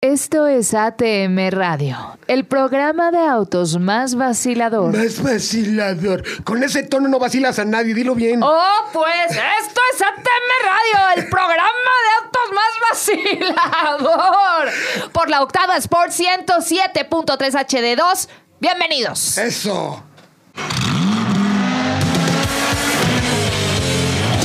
Esto es ATM Radio, el programa de autos más vacilador. Más vacilador. Con ese tono no vacilas a nadie, dilo bien. Oh, pues esto es ATM Radio, el programa de autos más vacilador. Por la octava Sport 107.3 HD2. Bienvenidos. Eso.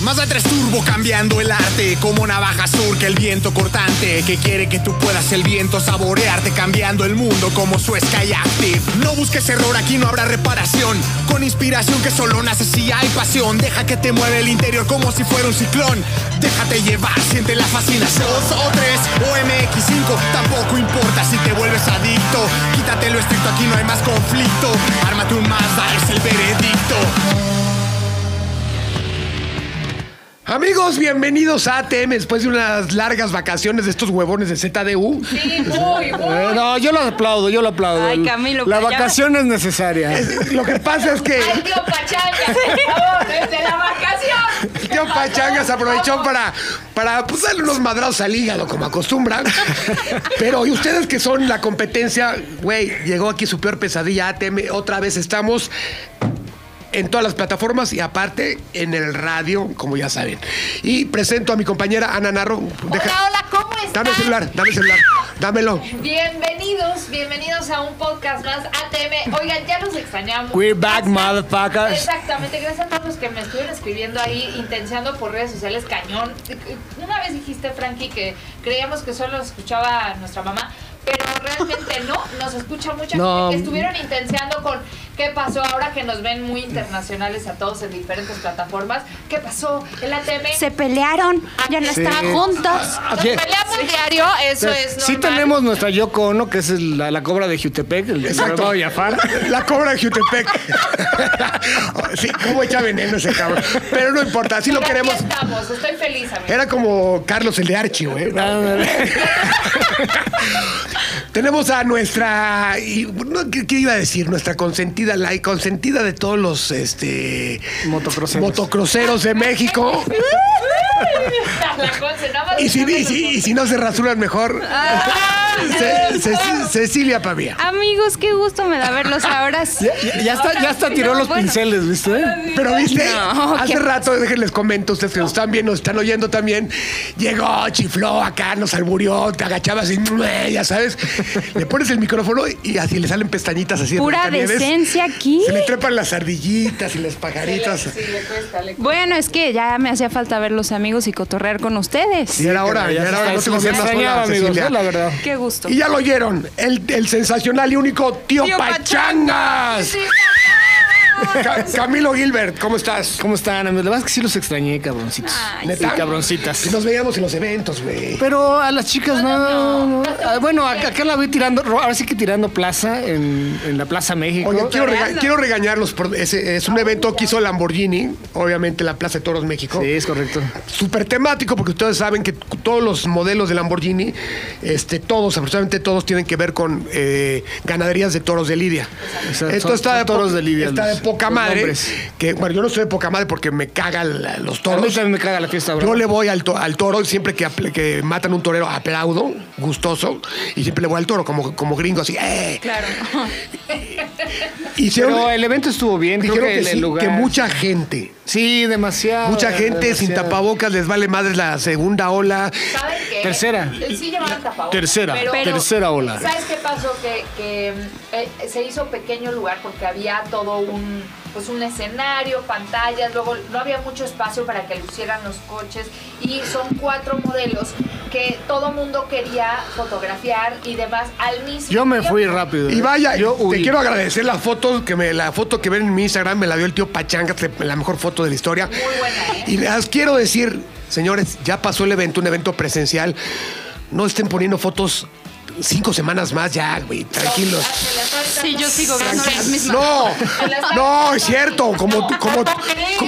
Mazda 3 Turbo cambiando el arte, como navaja sur que el viento cortante, que quiere que tú puedas el viento saborearte, cambiando el mundo como su Sky Active. No busques error, aquí no habrá reparación, con inspiración que solo nace si hay pasión, deja que te mueva el interior como si fuera un ciclón, déjate llevar, siente la fascinación. O 3 o MX5, tampoco importa si te vuelves adicto, quítate lo estricto, aquí no hay más conflicto, ármate un Mazda, es el veredicto. Amigos, bienvenidos a ATM después de unas largas vacaciones de estos huevones de ZDU. Eh, No, yo lo aplaudo, yo lo aplaudo. Ay, Camilo, La calla. vacación es necesaria. Es- Lo que pasa es que Ay, tío Pachanga, por favor, desde la vacación. el tío Pachangas aprovechó para, para pues, darle unos madrazos al hígado, como acostumbra. Pero, ¿y ustedes que son la competencia? Güey, llegó aquí su peor pesadilla, ATM. Otra vez estamos en todas las plataformas y aparte en el radio, como ya saben. Y presento a mi compañera Ana Narro. Deja- Hola, hola, ¿cómo están? dame el celular, dame el celular, dámelo. Bienvenidos, bienvenidos a un podcast más ATM. Oigan, ya los extrañamos. We're back, Gracias. motherfuckers. Exactamente, gracias a todos los que me estuvieron escribiendo ahí, intenciando por redes sociales cañón. Una vez dijiste, Frankie, que creíamos que solo nos escuchaba nuestra mamá, pero realmente no, nos escucha mucha No. gente que estuvieron intenciando con qué pasó ahora que nos ven muy internacionales a todos en diferentes plataformas. ¿Qué pasó? El ATM. Se pelearon, ya no están juntos. nos Aquí- peleamos diario, eso es normal. Sí tenemos nuestra Yoko Ono, que es el- la, la cobra de Jutepec, el Exacto. Exacto. de Yafar. La cobra de Jutepec. sí, cómo echa veneno ese cabrón. Pero no importa, así lo Pero aquí queremos. estamos, estoy feliz, amigo. Era como Carlos el de Archie, güey. Tenemos a nuestra. y, no, ¿qué, qué iba a decir? Nuestra consentida, la consentida de todos los este Motocroceros. motocroceros de México. La cosa, nada más Y si, dejando y si- y si no se rasuran mejor. Ce- Ce- Cecilia Pavía. Amigos, qué gusto me da verlos ahora. sí. Ya, ya- ya está, ya está tiró No, los bueno. pinceles, ¿viste? Pero viste, No, hace qué- rato, déjenles comento, ustedes que nos están viendo, nos están oyendo también, llegó, chifló acá, nos alburió, te agachabas y ¡mue! ya sabes, le pones el micrófono y así le salen pestañitas así. de Pura Blancanieves. decencia aquí. Se le trepan las ardillitas y las pajaritas. Bueno, es que ya me hacía falta ver los amigos y cotorrear con ustedes. Y era hora, ya era hora, no te Se conviertas sola, extrañaba, amigos, Cecilia. ¿no? la verdad. Qué gusto. Y ya lo oyeron, el, el sensacional y único tío, Tío Pachangas. Ca- Camilo Gilbert, ¿cómo estás? ¿Cómo están, amigos? La verdad es que sí los extrañé, cabroncitos. ¿Neta? Y cabroncitas. Nos veíamos en los eventos, güey. Pero a las chicas no. Ah, Bueno, acá acá la vi tirando, ro- ahora sí que tirando plaza en, en la Plaza México. Oye, quiero, rega- quiero regañarlos. Por ese, es un evento que hizo Lamborghini, obviamente en la Plaza de Toros México. Sí, es correcto. Súper temático, porque ustedes saben que todos los modelos de Lamborghini, este, todos, absolutamente todos, tienen que ver con eh, ganaderías de toros de Lidia. Exacto. Esto Son- está, son de po- toros de lidia está los- de poca los madre. nombres. Que, bueno, yo no estoy de poca madre porque me cagan la- los A mí toros. también me caga la fiesta, bro. Yo le voy al, to- al toro, siempre que, apl- que matan un torero, aplaudo, gustoso, y siempre le voy al toro, como, como gringo, así, ¡eh! Claro. Y se- Pero el evento estuvo bien, creo Dijeron que, que, el sí, lugar. que mucha gente, Sí, demasiado. mucha gente sin demasiado. tapabocas les vale madres la segunda ola. ¿Saben qué? Tercera. Sí llevaban tapabocas. Tercera, Pero- tercera ola. ¿Sabes qué pasó? Que, que, mm, eh, se hizo pequeño el lugar porque había todo un pues un escenario, pantallas, luego no había mucho espacio para que lucieran los coches y son cuatro modelos que todo mundo quería fotografiar y demás al mismo Yo me fui tiempo. rápido. ¿eh? Y vaya, yo te huí. quiero agradecer la foto que me, la foto que ven en mi Instagram me la dio el tío Pachangas, le- la mejor foto de la historia. Muy buena, ¿eh? Y les quiero decir, señores, ya pasó el evento, un evento presencial. No estén poniendo fotos cinco semanas más ya, güey, tranquilos. Se las ahorita Sí, no- yo sigo viendo las mismas. No, no, es cierto, como tú, como,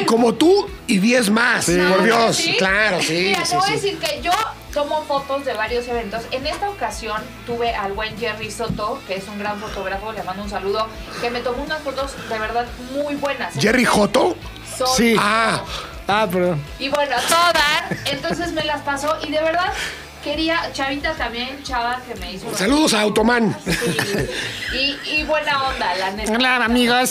como tú y diez más, por Dios, ¿Sí? claro, sí, Mira, sí, te voy sí. a decir que yo tomo fotos de varios eventos. En esta ocasión tuve al buen Jerry Soto, que es un gran fotógrafo, le mando un saludo, que me tomó unas fotos de verdad muy buenas. ¿eh? ¿Jerry Joto? Soto. Sí. Ah, Ah, pero. Y bueno, todas. Entonces me las pasó y de verdad quería, Chavita también, Chava, que me hizo... saludos a Automan. Sí. Y, y buena onda, la neta. Hola, amigos.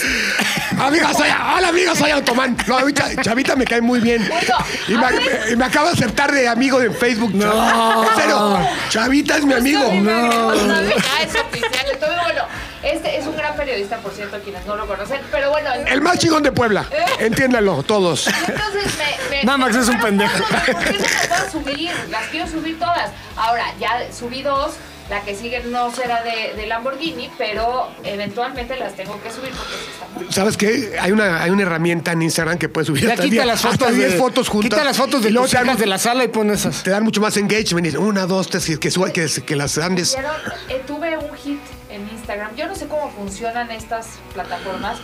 Amigas, soy, hola amigas, soy Automan. No, ahorita Chavita me cae muy bien. Bueno, Y me, a ver. y me acaba de aceptar de amigo en Facebook. No. En serio, Chavita Pues es mi amigo. No. Ya es oficial. Entonces, bueno, este es un gran periodista, por cierto, quienes no lo conocen. Pero bueno, El más chingón de Puebla. Eh. Entiéndanlo todos. Entonces me. me No, Max es un pendejo. ¿Por qué no las voy a subir? Las quiero subir todas. Ahora, ya subí dos. La que sigue no será de, de Lamborghini, pero eventualmente las tengo que subir porque sí están muy- ¿Sabes qué? Hay una, hay una herramienta en Instagram que puedes subir Ya hasta quita diez- las hasta fotos. 10 de- fotos juntas. Quita las fotos de y luego los te dan, de la sala y pon esas. te dan mucho más engagement. Y Una, dos, tres, que, que, suba- que, que las andes. Vieron, eh, tuve un hit en Instagram. Yo no sé cómo funcionan estas plataformas,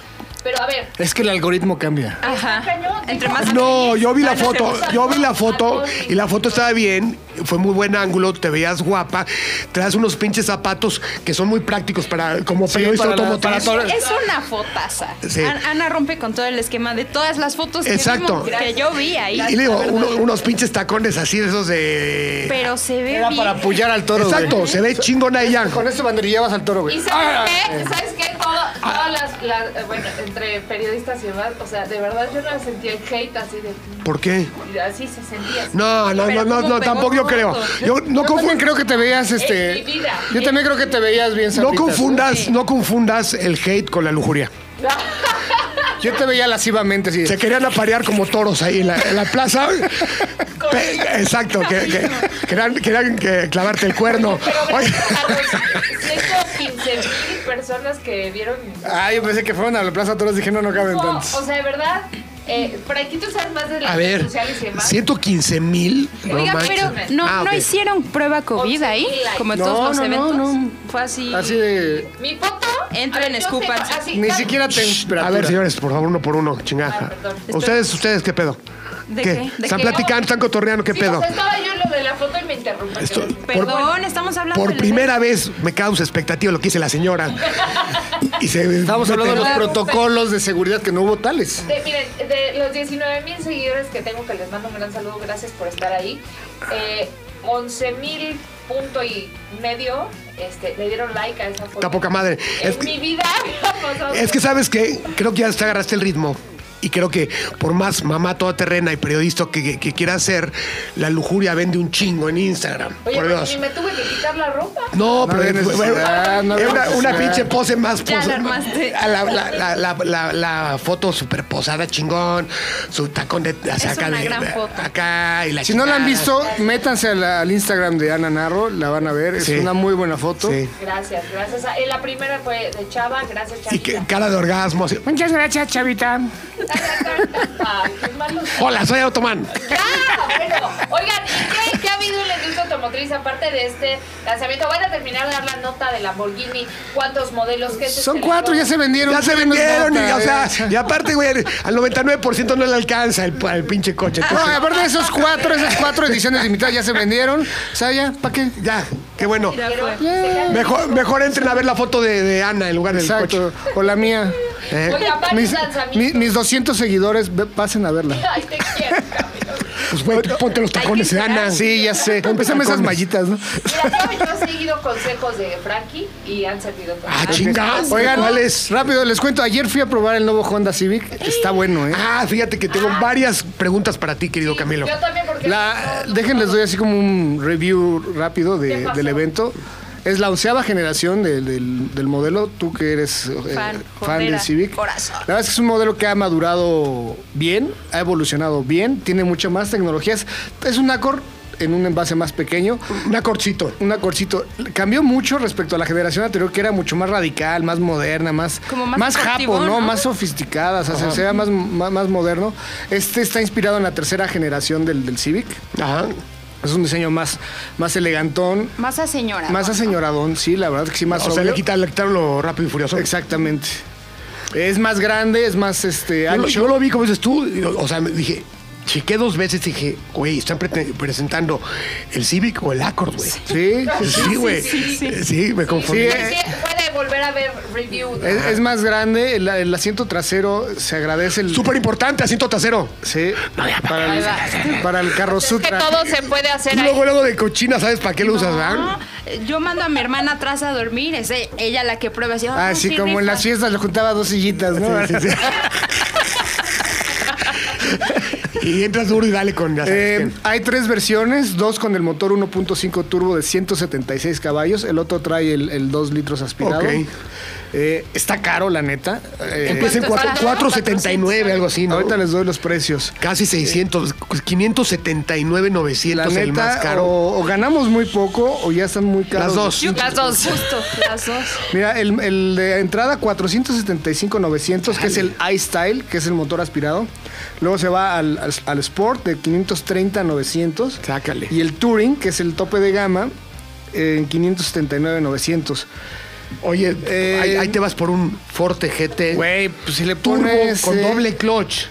pero a ver. Es que el algoritmo cambia. Ajá. está cañón. Ah, Entre más- No, yo vi la Ah, no, foto, te yo vi la gusta. foto Ah, no, y la foto estaba bien, fue muy buen ángulo, te veías guapa, traes unos pinches zapatos que son muy prácticos para como periodista para la- automotriz. para todo- Es una fotaza. Sí. An- Ana rompe con todo el esquema de todas las fotos que, Exacto. vimos, que yo vi ahí. Y le digo, uno- unos pinches tacones así de esos de. Pero se ve Era bien. para apoyar al toro. güey. Exacto, se ve chingona ella. Con este banderillabas al toro, güey. Y Ah, sabes qué, sabes qué, Todo- todas las, las- eh, bueno, entre periodistas y demás, o sea, de verdad yo no sentía el hate así de ¿Por qué? y así se sentía. así. No, no, no, Pero no, ¿cómo no, pegó tampoco yo creo. fotos? Yo no Yo también confundo. creo que te veías, este. Es mi vida. Yo también creo que te veías bien No sabritas. confundas, no confundas el hate con la lujuria. Yo te veía lascivamente así. Se querían aparear como toros ahí en la, en la plaza. Pe- Exacto, que, que- querían, querían que clavarte el cuerno. Pero Oye, gracias a los 115 mil personas que vieron mi Ah, yo pensé que fueron a la plaza toros. Dije, no, no caben No, tantos. o sea, de verdad, eh, por aquí tú sabes más de las a redes ver, sociales y demás. 115 mil. No Oiga, manches. pero no, Ah, no ok. hicieron prueba COVID ahí, como en No, todos los no, no, eventos. no. Fue así. Así de. Mi foto. Entra a en ver, yo escupan. sé- así, Ni tal- siquiera temperatura. A ver, señores, por favor, uno por uno, Ah, chingada. perdón. ustedes, ustedes, ¿qué pedo? ¿De qué? ¿De ¿Están qué? platicando, están cotorreando, qué Sí, pedo? o sea, estaba yo en lo de la foto y me interrumpe. Esto- Perdón, estamos hablando Por del- primera vez me causa expectativa lo que dice la señora. Y se, Estamos hablando de los meten- protocolos de seguridad que no hubo tales. De, miren, de los 19 mil seguidores que tengo, que les mando un gran saludo, gracias por estar ahí. Eh, 11 mil punto y medio este, le dieron like a esa foto. Está poca madre. En Es que- mi vida había pasado. Es que sabes que creo que ya te agarraste el ritmo. Y creo que por más mamá todoterrena y periodista que, que, que quiera ser, la lujuria vende un chingo en Instagram. Oye, por pero Dios. ni me tuve que quitar la ropa. No, No pero había necesidad, no era había una, una necesidad. pinche pose más Ya posa- la armaste. a La, la, la, la, la, la foto super posada chingón, su tacón de o sea, acá, una de- gran foto. acá y la Si no la han chingada. visto, métanse a la- al Instagram de Ana Narro, la van a ver. Es Sí. una muy buena foto. Sí. Gracias, gracias. a- eh, la primera fue de Chava, gracias Y Chavita. que- cara de orgasmo. así, Muchas gracias, Chavita. Ah, qué malos. Hola, soy Automan. Ah, bueno. Oigan, ¿y ¿qué, qué ha habido en la industria automotriz aparte de este lanzamiento? Van a terminar de dar la nota de Lamborghini, cuántos modelos, qué se Son celebró? cuatro, ya se vendieron. Ya se No es vendieron, y, nota, o sea, eh. y aparte, güey, al 99% no le alcanza el, el pinche coche. No, Entonces, y aparte de esos cuatro, esas cuatro ediciones limitadas ya se vendieron. O sea, ya, ¿para qué? ya, qué bueno. Ya fue. Mejor, mejor entren a ver la foto de, de Ana en lugar del Exacto. O la mía. coche. ¿eh? Oigan, varios Mis, lanzamientos. mi- mis 200 seguidores, ve- pasen a verla. Ay, te quiero, Camilo. Pues, güey, ponte los tacones de esperar. Ana. Sí, ya sé. Empezame esas mallitas, ¿no? Mira, yo, yo he seguido consejos de Frankie y han servido todos. Ah, chinga. Oigan, ¿cuál es? rápido, les cuento. Ayer fui a probar el nuevo Honda Civic. Está bueno, ¿eh? Ah, fíjate que tengo varias preguntas para ti, querido Camilo. Yo también porque... La, déjenles doy así como un review rápido de- ¿Qué pasó? del evento. Es la onceava generación del- del, del modelo. Tú que eres eh, Fan, fan jotera, del Civic. corazón. La verdad es que es un modelo que ha madurado bien, ha evolucionado bien, tiene muchas más tecnologías. Es un Accord en un envase más pequeño. Un acorcito. Un Accordcito. Cambió mucho respecto a la generación anterior, que era mucho más radical, más moderna, más, Como más japo, deportivo, ¿no? ¿no? Más sofisticada, o sea, se- se vea más, más, más moderno. Este está inspirado en la tercera generación del, del Civic. Ajá. Es un diseño más, más elegantón, Más a señora. más aseñoradón, sí, la verdad que sí, más O sea, sobrio. le quitaron, le quitaron lo rápido y furioso. Exactamente. Es más grande, es más este Yo lo, ancho. yo lo vi, como dices tú, y- o sea, me dije, chequé dos veces y dije, güey, están pre- presentando el Civic o el Accord, güey. Sí, sí, sí. Sí, güey. Sí, me confundí. Sí, Es que puede volver a ver review. ¿no? Es, es más grande, el, el asiento trasero se agradece el. Súper importante, asiento trasero. Sí, para el, para el carro Es que sutra. todo se puede hacer Tú ahí. luego, luego de cochina, ¿sabes para qué lo usas, verdad? Yo mando a mi hermana atrás a dormir, es e- ella la que prueba. Así, ah, Así sí, como en rifa. las fiestas le juntaba dos sillitas, ¿no? Sí, sí, sí. y entras duro y dale con... ya sabes Eh, quién. hay tres versiones, dos con el motor 1.5 turbo de 176 caballos, el otro trae el, 2 litros aspirado. Ok. Eh, está caro, la neta. Eh, Empieza en cuatro- 479, algo así, ¿no? Ahorita les doy los precios. Casi 600, 579, 900 la el neta, más caro. O, o ganamos muy poco o ya están muy caros. Las dos. Las dos. Justo, las dos. Mira, el, el de entrada 475-900, que es el i-Style, que es el motor aspirado. Luego se va al, al- al Sport de 530-900. Sácale. Y el Touring, que es el tope de gama, eh, en 579-900. Oye, Eh, ahí, ahí te vas por un Forte GT. Güey, pues si le turbo pones... con eh, doble clutch.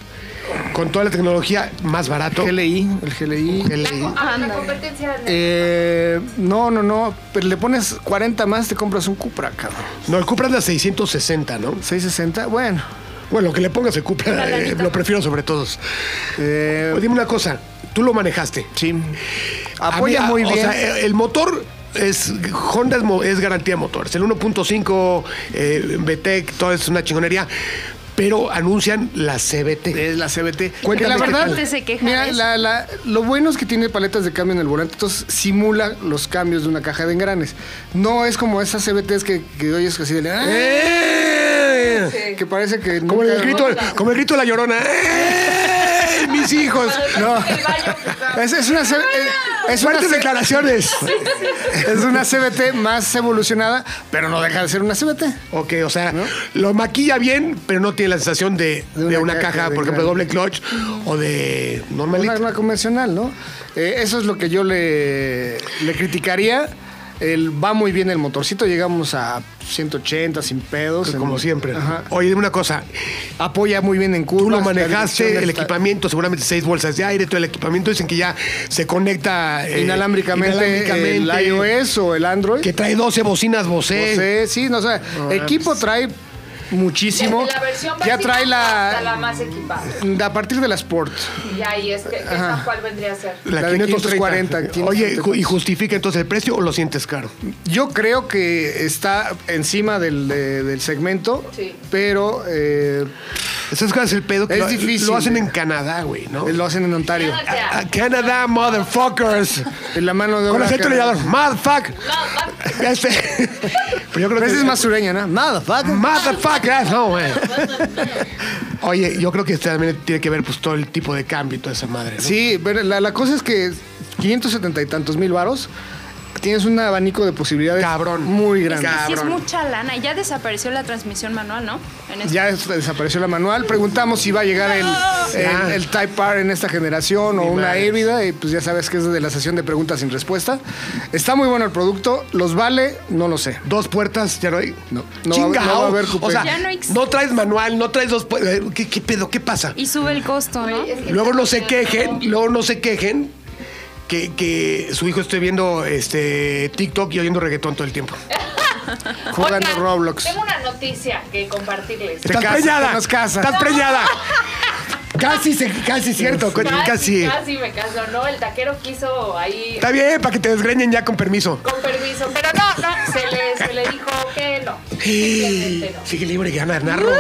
Con toda la tecnología más barato. GLI, el GLI. GLI. Ah, la competencia de- Eh, no, no, no. Pero le pones 40 más, te compras un Cupra, cabrón. No, el Cupra es de 660, ¿no? 660, bueno. Bueno, lo que le pongas el Cupra, eh, lo prefiero sobre todos. Eh, Oye, dime una cosa, tú lo manejaste. sí. Apoya A mí, a- muy O bien. sea, eh, el motor es Honda es, mo- es garantía de motores. El 1.5 eh, VTEC, todo es una chingonería. Pero anuncian la CBT. Es la CBT. Cuéntame la qué verdad, tal. se queja mira, de eso. la- la- lo bueno es que tiene paletas de cambio en el volante, entonces simula los cambios de una caja de engranes. No es como esas CBTs que, que oyes así de... "Ah", ¡Eh! Que parece que... Como nunca- el grito, como el grito de la llorona. ¡Eh! Mis hijos. No. Es, es una, C- es- es una Fuertes C- declaraciones. es una CBT más evolucionada, pero no deja de ser una CBT. Ok, o sea, lo maquilla bien, pero no tiene la sensación de, de una, caja, de por ejemplo, gran- doble clutch o de Una, normalita. una convencional, ¿no? Eh, eso es lo que yo le, le criticaría. El, va muy bien el motorcito, llegamos a 180 sin pedos. como en- siempre. Ajá. Oye, dime una cosa. apoya muy bien en curvas. Tú lo la manejaste, dirección el está- equipamiento, seguramente seis bolsas de aire, todo el equipamiento. Dicen que ya se conecta eh, Inalámbricamente, inalámbricamente, el iOS o el Android. Que trae 12 bocinas Bose. José, sí, no, o sea, equipo trae muchísimo. La versión ya básica trae hasta la la, más equipada. a partir de la Sport. Y ahí es que esa cuál vendría a ser. La, La de 540. 530. Oye, ju- ¿y justifica entonces el precio o lo sientes caro? Yo creo que está encima del, de- del segmento, Sí. pero eh, Esas cosas el pedo que Es lo, difícil. lo hacen en Canadá, güey, ¿no? lo hacen en Ontario. Nada, A- ya. a Canadá, motherfuckers. En la mano de Con obra acento que- leñador. Motherfuck. No, va- Este. Pero yo creo Pero que esa es más sureña, ¿no? Nada, Motherfucker, asshole, güey. Oye, yo creo que este también tiene que ver pues todo el tipo de cambio y toda esa madre. ¿no? Sí, pero la, la cosa es que 570 y tantos mil varos, tienes un abanico de posibilidades Cabrón. muy grande. Es que sí es Cabrón. mucha lana. Ya desapareció la transmisión manual, ¿no? En este- Ya es- desapareció la manual. Preguntamos si va a llegar el, el, el Type R en esta generación o una madres. híbrida. Y pues ya sabes que es de la sesión de preguntas sin respuesta. Está muy bueno el producto. ¿Los vale? No lo sé. Dos puertas, ya no hay. No, no va- Chinga, no va a haber coupé. O sea, Ya no no, existe. traes manual, no traes dos puertas. ¿Qué, qué pedo? ¿Qué pasa? Y sube el costo, ¿no? es que Luego no se está quejen, bien, luego no se quejen que, que su hijo esté viendo este TikTok y oyendo reggaetón todo el tiempo. ¿no? Jugando Oigan, Roblox. Tengo una noticia que compartirles. Estás casas, preñada. te nos casas. Estás preñada. casi, se- casi cierto. co- Casi. casi me caso, ¿no? El taquero quiso ahí Está bien, para que te desgreñen ya con permiso. con permiso, pero no, no, se le, se le dijo que no. Simplemente no. Sigue libre, gana, narro.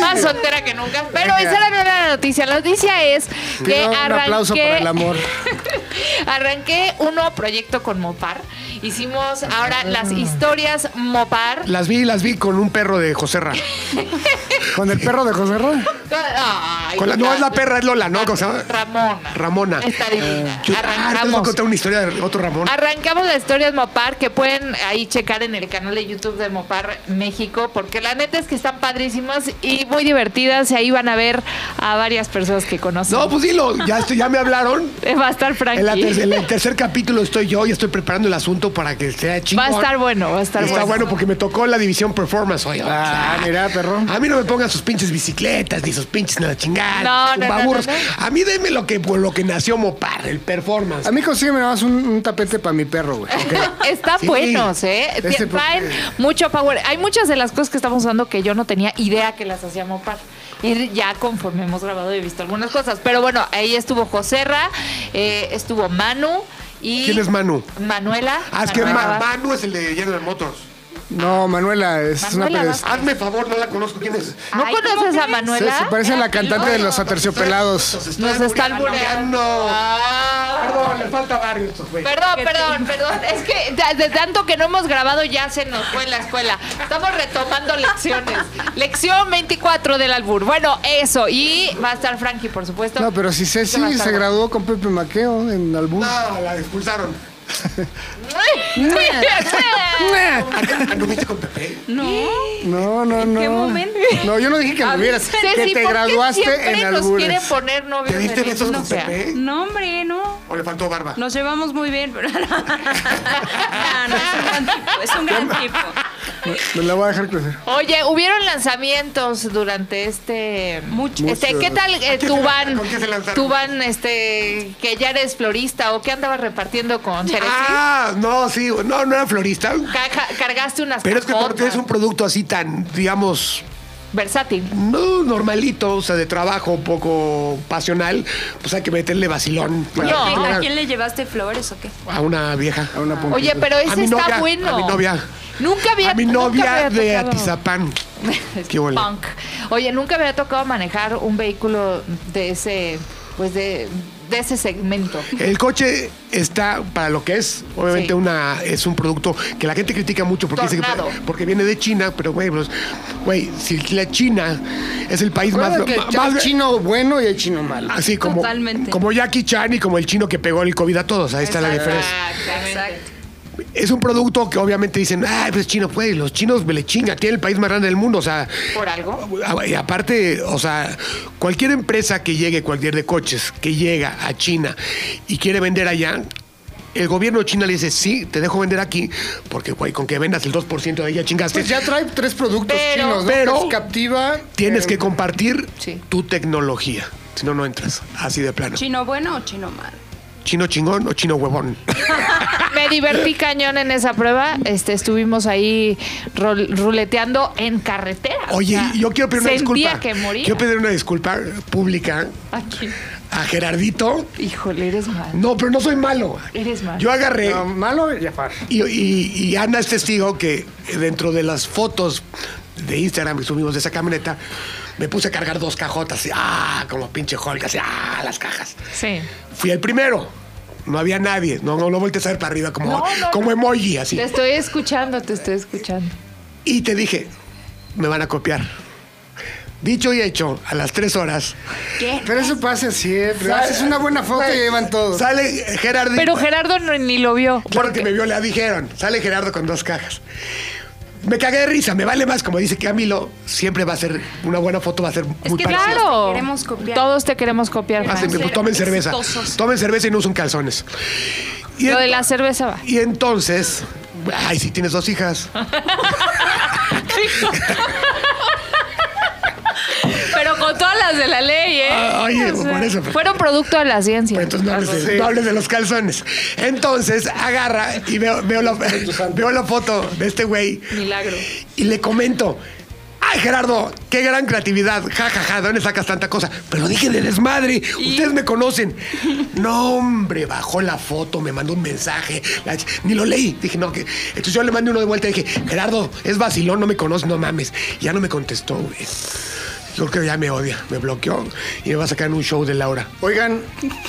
Más soltera que nunca, pero Pero esa no era la noticia. La noticia es que Pido un arranqué, aplauso para el amor. arranqué un nuevo proyecto con Mopar. Hicimos ahora las historias Mopar. Las vi, las vi con un perro de Joserra. Con el perro de José Ra. Ay, Con la- no es la perra, es Lola, ¿no? ¿Cómo se llama? Ramona. Ramona. Está divina. Yo- Ah, ahorita les voy a Arrancamos. contar una historia de otro Ramón. Arrancamos la historia de Mopar, que pueden ahí checar en el canal de YouTube de Mopar México, porque la neta es que están padrísimas y muy divertidas, y ahí van a ver a varias personas que conocen. No, pues dilo, ya, estoy- ya me hablaron. Va a estar Frankie. En, la ter- en el tercer capítulo estoy yo y estoy preparando el asunto para que sea chingón. Va a estar bueno, va a estar Está bueno. bueno porque me tocó la división performance hoy. Ah, mira, perro. A mí no me pongan sus pinches bicicletas ni esos pinches no chingados. No, no, no, baburros. no, A mí deme lo que, por lo que nació Mopar, el performance. A mí consígueme nada más un, un tapete para mi perro, güey. Está Sí. buenos, ¿eh? Este Tien- pro- Traen mucho power. Hay muchas de las cosas que estamos usando que yo no tenía idea que las hacía Mopar. Y ya conforme hemos grabado he visto algunas cosas. Pero bueno, ahí estuvo Joserra, eh, estuvo Manu y... ¿Quién es Manu? Manuela. Ah, es que Manuela Ma- Vaz- Manu es el de General Motors. No, Manuela, es Manuela, una vas- pedestal. Hazme favor, no la conozco. ¿Quién es? ¿No Ay, conoces ¿cómo a crees? Se, Manuela? se parece a la cantante de los Nos aterciopelados. están Nos está albureando. albureando. Ah. Perdón, le falta barrio a estos güeyes. Perdón, perdón, perdón. Es que de, de tanto que no hemos grabado ya se nos fue la escuela. Estamos retomando lecciones. Lección 24 del albur. Bueno, eso. Y va a estar Frankie, por supuesto. No, pero si Eso va a Ceci estar se graduó con Pepe Maqueo en Albur. No, la expulsaron. bueno. Ah, ¿No viste con Pepe? No, no, no. qué momento? No, yo no dije que A lo ver, vieras. Ceci, Que te ¿por qué graduaste en siempre nos quiere albures. poner novios ¿Te diste en besos con Indonesia? Pepe? No, hombre, no. ¿O le faltó barba? Nos llevamos muy bien. pero- No, no, es un gran tipo, es un gran tipo. Me la voy a dejar crecer. Oye, hubieron lanzamientos durante este Mucho. Este, ¿qué tal qué eh, tu se- van? con qué se lanzaron? Tu van, este, que ya eres florista o que andabas repartiendo con Teresi? Ah, no, sí. No, no era florista. Ca- ca- cargaste unas Pero es que cajotas. porque es un producto así tan, digamos, versátil. no normalito, o sea, de trabajo poco pasional, pues hay que meterle vacilón. No. ¿A quién- Claro, ¿A quién le llevaste flores o qué? A una vieja. A una Oye, pero ese a mi está novia, bueno. A mi novia. Nunca había A mi nunca novia había de tocado- Atizapán. Qué huele. Punk. Oye, nunca había tocado manejar un vehículo de ese, pues de, de ese segmento. El coche está para lo que es. Obviamente Sí. una es un producto que la gente critica mucho porque, dice que- Tornado. porque viene de China, pero güey, pues, güey, si la China es el país más, que más- hay más- chino bueno y hay chino malo. así como Totalmente. como Jackie Chan y como el chino que pegó el COVID a todos, ahí está la diferencia. Exacto. Es un producto que obviamente dicen, ah, pues chino, pues los chinos me le chingan, tiene el país más grande del mundo, o sea, ah, ¿Por algo? y aparte, o sea, cualquier empresa que llegue, cualquier de coches, que llega a China y quiere vender allá, el gobierno de China le dice, sí, te dejo vender aquí, porque güey, con que vendas el 2% de ella chingaste. Pues ya trae tres productos Pero- chinos, ¿no? pero- Que es captiva. Tienes eh, que compartir Sí. tu tecnología. Si no, no entras. Así de plano. ¿Chino bueno o chino malo? Chino chingón o chino huevón. Me divertí cañón en esa prueba. Este, estuvimos ahí rol- ruleteando en carretera. O Oye, sea, yo quiero pedir una sentía disculpa. que moría. Quiero pedir una disculpa pública Aquí. a Gerardito. Híjole, eres mal. No, pero no soy malo. Eres malo. Yo agarré. no, um, malo y aparte. Eh, Y, y- y Ana es testigo que dentro de las fotos de Instagram que subimos de esa camioneta, me puse a cargar dos cajotas. así, ah, como pinche Hulk, así, ah, las cajas. Sí. Fui el primero. No había nadie. No, no, no voltees a ver para arriba como, No, no, como no. emoji, así. Te estoy escuchando, te estoy escuchando. Y te dije, me van a copiar. Dicho y hecho, a las tres horas, Pero eso pasa siempre. Haces una buena foto y llevan todo. sale Gerardito. Pero Gerardo no- ni lo vio. Claro que me vio, le dijeron. Sale Gerardo con dos cajas. Me cagué de risa, me vale más, como dice Camilo, siempre va a ser, una buena foto va a ser muy que parecida. claro. Claro. Te queremos copiar. Todos te queremos copiar. Vas a Fran. Hacen que, pues, ser tomen cerveza. exitosos. Tomen cerveza y no usen calzones. Y, Lo en- de la cerveza va. y entonces, ay, si tienes dos hijas. Pero con todas las de la ley, ¿eh? Ah, oye, por eso. pero- Fueron producto de la ciencia. pero Pues entonces no hables, de, no hables de los calzones. Entonces agarra y veo, veo, la, veo la foto de este güey Milagro. y le comento. Ay, Gerardo, qué gran creatividad. Ja, ja, ja, ¿de dónde sacas tanta cosa? Pero dije de desmadre, ustedes me conocen. No, hombre, bajó la foto, me mandó un mensaje, la ch- ni lo leí. Dije, no, que. Entonces yo le mandé uno de vuelta y dije, Gerardo, es vacilón, no me conoces, no mames. Ya no me contestó, güey. Yo creo que ya me odia, me bloqueó y me va a sacar en un show de Laura. Oigan,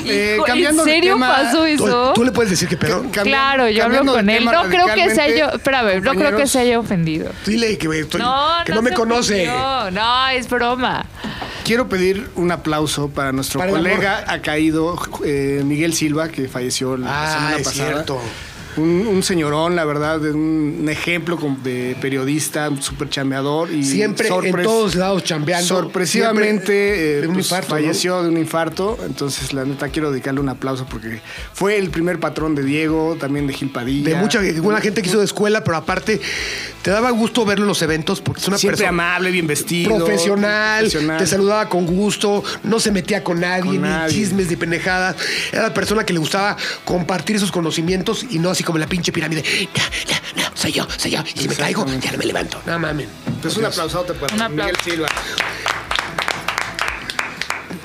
eh, Hijo, cambiando ¿En serio de tema. pasó ¿Tú, eso? tú le puedes decir que pedo? cambiando- Claro, yo hablo cambiando de con él. tema No creo que se haya. radicalmente, Espérame, no creo que compañeros. se haya ofendido. Dile que, estoy- No, que no, me se conoce. ofendió. No, es broma. Quiero pedir un aplauso para nuestro Para el amor. colega acaído eh, Miguel Silva, que falleció la Ah, semana es pasada. cierto. un, un señorón, la verdad, de un, un ejemplo como de periodista, súper chambeador. Y Siempre en todos lados chambeando. Siempre Sorpresivamente eh, de un pues, infarto, ¿no? falleció de un infarto. Entonces, la neta, quiero dedicarle un aplauso porque fue el primer patrón de Diego, también de Gil Padilla. De mucha buena gente que hizo de escuela, pero aparte te daba gusto verlo en los eventos porque es una Siempre persona amable, bien vestido. profesional, profesional. te saludaba con gusto, no se metía con nadie, Con ni nadie. chismes ni pendejadas. Era la persona que le gustaba compartir sus conocimientos y no así como la pinche pirámide. Ya, ya, no, soy yo, soy yo. Y si me caigo, ya no me levanto. No mames. Pues un aplausote para Un aplauso. Miguel Silva.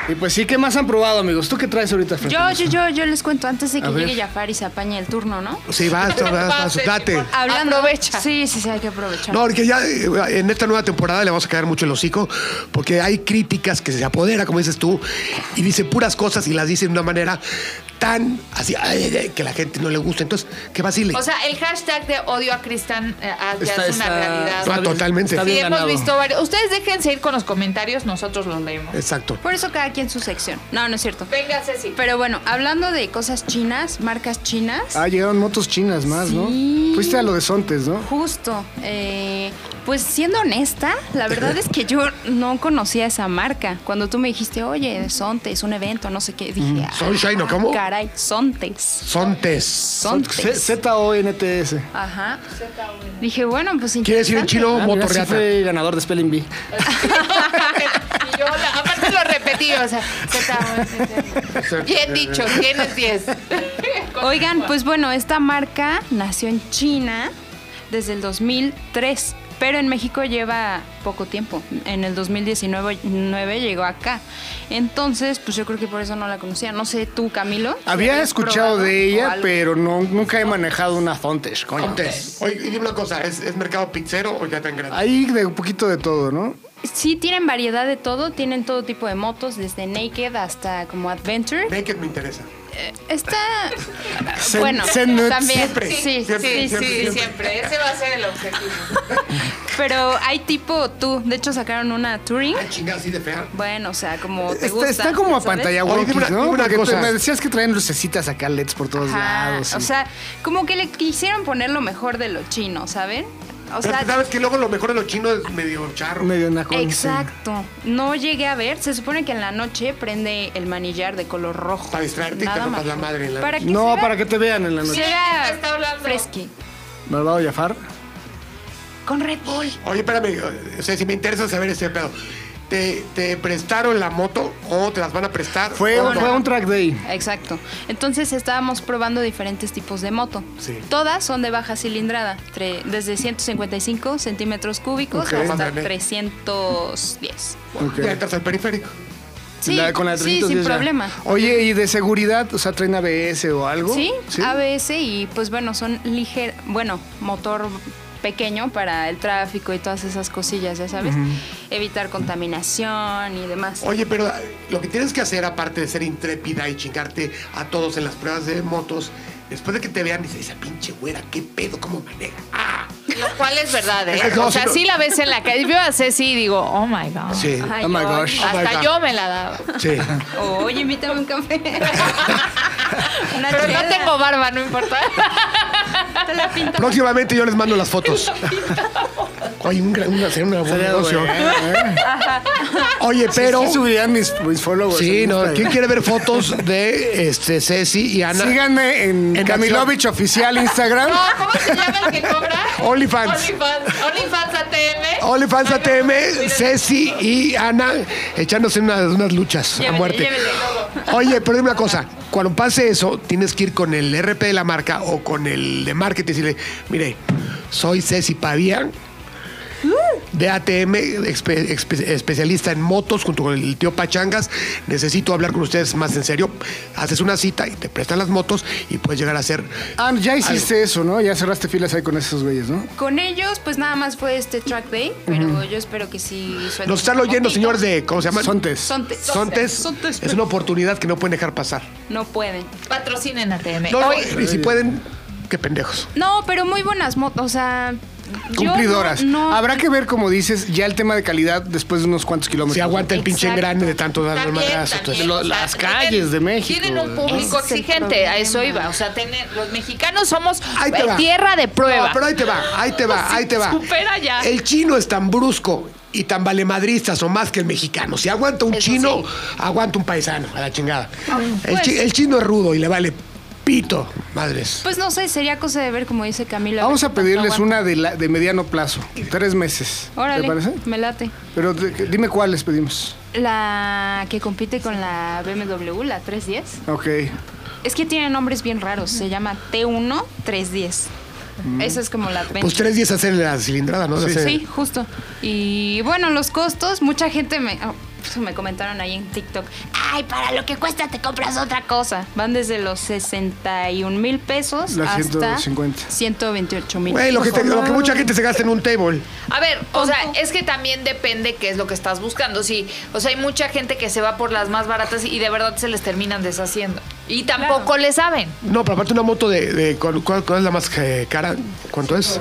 Y pues sí, ¿qué más han probado, amigos? ¿Tú qué traes ahorita, Fran? Yo, yo, yo, yo les cuento antes de que A ver. llegue Jafar y se apañe el turno, ¿no? Sí, basta, basta, date. Hablando. Aprovecha. Sí, sí, sí, hay que aprovechar. No, porque ya eh, en esta nueva temporada le vamos a caer mucho el hocico, porque hay críticas que se apodera, como dices tú, y dice puras cosas y las dice de una manera tan así ay, ay, ay, que la gente no le gusta. Entonces, que vacile. O sea, el hashtag de odio a Cristán eh, ah, ya Está- es una está- realidad. Ah, totalmente. está Sí, bien hemos ganado. visto varios. Ustedes déjense ir con los comentarios, nosotros los leemos. Exacto. Por eso cada quien su sección. No, no es cierto. Venga, Ceci. Pero bueno, hablando de cosas chinas, marcas chinas. Ah, llegaron motos chinas más, Sí. ¿no? Fuiste a lo de Sontes, ¿no? Justo. eh, pues siendo honesta, la verdad es que yo no conocía esa marca. Cuando tú me dijiste, oye, Sontes, un evento, no sé qué, dije. ah, Sunshine, ¿o cómo? Caray, Sontes. Sontes. Z- Sontes. Ah, Z-O-N-T-S. Ajá. Dije, bueno, pues Quiere decir en interesante. chino Ah, mira, sí motorreata. fue ganador de Spelling Bee. y yo, la- aparte lo repetí, o sea, Z, bien dicho, tienes 10. Oigan, pues bueno, esta marca nació en China desde el 2003, pero en México lleva poco tiempo. En el 2019 nueve llegó acá. Entonces, pues yo creo que por eso no la conocía. No sé tú, Camilo. si Había habías escuchado probado de o ella, algo. pero no, nunca he manejado una Sontes, coño. Sontes. Oye, y dime una cosa, ¿es, es mercado pizzero o ya tan grande? Ahí de un poquito de todo, ¿no? Sí tienen variedad de todo, tienen todo tipo de motos, desde naked hasta como adventure. Naked me interesa. Está Zen- bueno, Zen Nuts. también. Siempre, sí, siempre, sí, sí, Sí, siempre, ese va a ser el objetivo. Pero hay tipo tú, de hecho sacaron una touring. Ay, chingada, así de fea. Bueno, o sea, como te Está, gusta. está como a ¿sabes? pantalla Oye, dime una- ¿no? dime una Porque te- cosa. me decías que traen lucecitas acá, LEDs por todos Ajá, lados. O y- sea, como que le quisieron poner lo mejor de lo chino, ¿saben? O Pero sea, sabes que luego lo mejor de los chinos es medio charro. medio nacón, sí. exacto. No llegué a ver. Se supone que en la noche prende el manillar de color rojo. Para distraerte y te rompas la madre en la Para que No, se para vea- que te vean en la se noche. vea ¿Quién está hablando? fresqui. ¿Verdad, Jafar? Con Red Bull. Oye, espérame, eh, o sea, si me interesa saber ese pedo. ¿Te, te prestaron la moto o te las van a prestar? Fue, ¿O no? fue un track day. Exacto. Entonces estábamos probando diferentes tipos de moto. Sí. Todas son de baja cilindrada, tre- desde 155 centímetros cúbicos Ok. hasta Ándale. 310. Ok. Ya entras al periférico. Sí, La- con la de sí, sin 310 ya. problema. Oye, ¿y de seguridad? O sea, traen ABS o algo. Sí, ABS y pues bueno, son liger, bueno, motor pequeño para el tráfico y todas esas cosillas, ya sabes, evitar contaminación y demás. Oye, pero eh, lo que tienes que hacer, aparte de ser intrépida y chingarte a todos en las pruebas de motos, después de que te vean, dices, esa pinche güera, qué pedo, cómo maneja. Ah, Lo cual es verdad, ¿eh? No, o sea, sí, no. sí la ves en la calle. Yo a Ceci y digo, oh my God. sí. Ay, Oh my oye. gosh. my Hasta God. yo me la daba. Sí. Oye, invítame un café. Una Pero no chela. tengo barba, no importa. Te la pinto. Próximamente yo les mando las fotos. Oye, un gran, una, sería una buena negocio. Oye, pero. Sí, subirán mis, mis followers. Sí, en no, Instagram. ¿quién quiere ver fotos de este Ceci y Ana? Síganme en, En Camilovich Oficial Instagram. No, ¿cómo se llama el que cobra? OnlyFans. OnlyFans. OnlyFans ATM. OnlyFans Ay, ATM, miren. Ceci y Ana echándose unas, unas luchas a Llévele, muerte. llévele. Oye, pero dime una cosa. Cuando pase eso, tienes que ir con el RP de la marca o con el de marketing y decirle, mire, soy Ceci Pavía, de ATM, espe- espe- especialista en motos, junto con el tío Pachangas. Necesito hablar con ustedes más en serio. Haces una cita y te prestan las motos y puedes llegar a ser... Ah, ya hiciste eso, ¿no? Ya cerraste filas ahí con esos güeyes, ¿no? Con ellos, pues nada más fue este track day, pero yo espero que sí suelten Nos están un oyendo, poquito. señores, de... ¿Cómo se llama? Sontes. Sontes. Sontes. Es una oportunidad que no pueden dejar pasar. No pueden. Patrocinen ATM. No, no, Oye, y si pueden, qué pendejos. No, pero muy buenas motos. O sea, Yo Cumplidoras. no- no- Habrá que ver, como dices, ya el tema de calidad después de unos cuantos kilómetros. Si aguanta el pinche Exacto. engrane de tanto dar También, madrazo. también, entonces, lo- o sea, las calles de México, Tienen un ¿no? público Ese es el exigente, a eso problema. iba. O sea, tienen- los mexicanos somos Ahí te eh, va. tierra de prueba. No, pero ahí te va, ahí te va, Sí, ahí te va. supera ya. El chino es tan brusco y tan valemadrista o más que el mexicano. Si aguanta un Eso chino, sí. Ah, aguanta un paisano, a la chingada. el, pues- chi- el chino es rudo y le vale pito, madres. Pues no sé, sería cosa de ver, como dice Camila. Vamos ver a cuánto pedirles aguanta. una de, la- de mediano plazo, tres meses. Órale, ¿Te parece? me late. Pero de- dime cuál les pedimos. La que compite con la BMW, la 310. Ok. Es que tiene nombres bien raros. Se llama T1 310. Esa es como la Mm. Pues tres días hacer la cilindrada, ¿no? Hacer- Sí, justo. Y bueno, los costos, mucha gente me, oh, eso me comentaron ahí en TikTok. Ay, para lo que cuesta te compras otra cosa. Van desde los 61 mil pesos Las hasta 150. 128 mil. Güey, lo que, Pues, te- lo que mucha gente se gasta en un table. A ver, o sea, es que también depende qué es lo que estás buscando. Sí, o sea, hay mucha gente que se va por las más baratas y de verdad se les terminan deshaciendo. Y tampoco le saben. No, pero aparte una moto de... de- ¿cuál, cuál- cuál es la más eh, cara? ¿Cuánto es?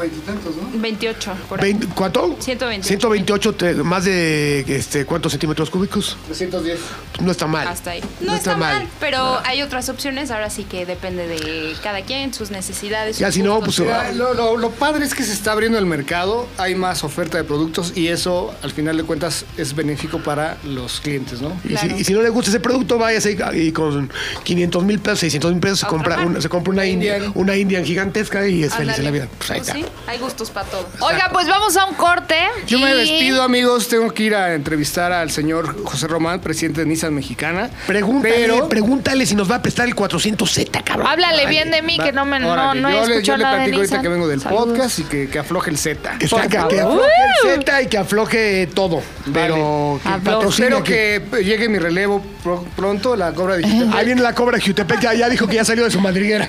28, por ahí. Vein- ¿Cuánto? 128. 128, te- más de este, ¿cuántos centímetros cúbicos? 310. Pues no está mal. Hasta ahí. No, está, mal, pero hay otras opciones. Ahora sí que depende de cada quien, sus necesidades. Ya, sus si no, gustos. pues, Mira, Lo, lo- lo padre es que se está abriendo el mercado, hay más oferta de productos y eso, al final de cuentas, es benéfico para los clientes, ¿no? Y, Claro. si, y si no le gusta ese producto, váyase y, y con 500 mil pesos, 600 mil pesos, se compra, una, se compra una Indian. Indian. una Indian gigantesca y es feliz en la Ándale. vida. Pues ahí Pues está. sí, hay gustos para todo. Oiga, pues vamos a un corte. Yo me y- despido, amigos. Tengo que ir a entrevistar al señor José Román, presidente de Nissan Mexicana. Pregúntale, Pero- pregúntale si nos va a prestar el 400Z, cabrón. Háblale bien de mí, Va- que no me no, órale, no he yo le- escuchado Yo le nada de platico ahorita Nissan. que vengo del Saludos. podcast y que, que afloje el Z. Que, saca, que favor. afloje el Z y que afloje todo. Pero que Afloje. patrocine, Espero que llegue mi relevo pro- pronto, la cobra digital. Ahí viene la cobra Jutepec, ya, ya dijo que ya salió de su madriguera.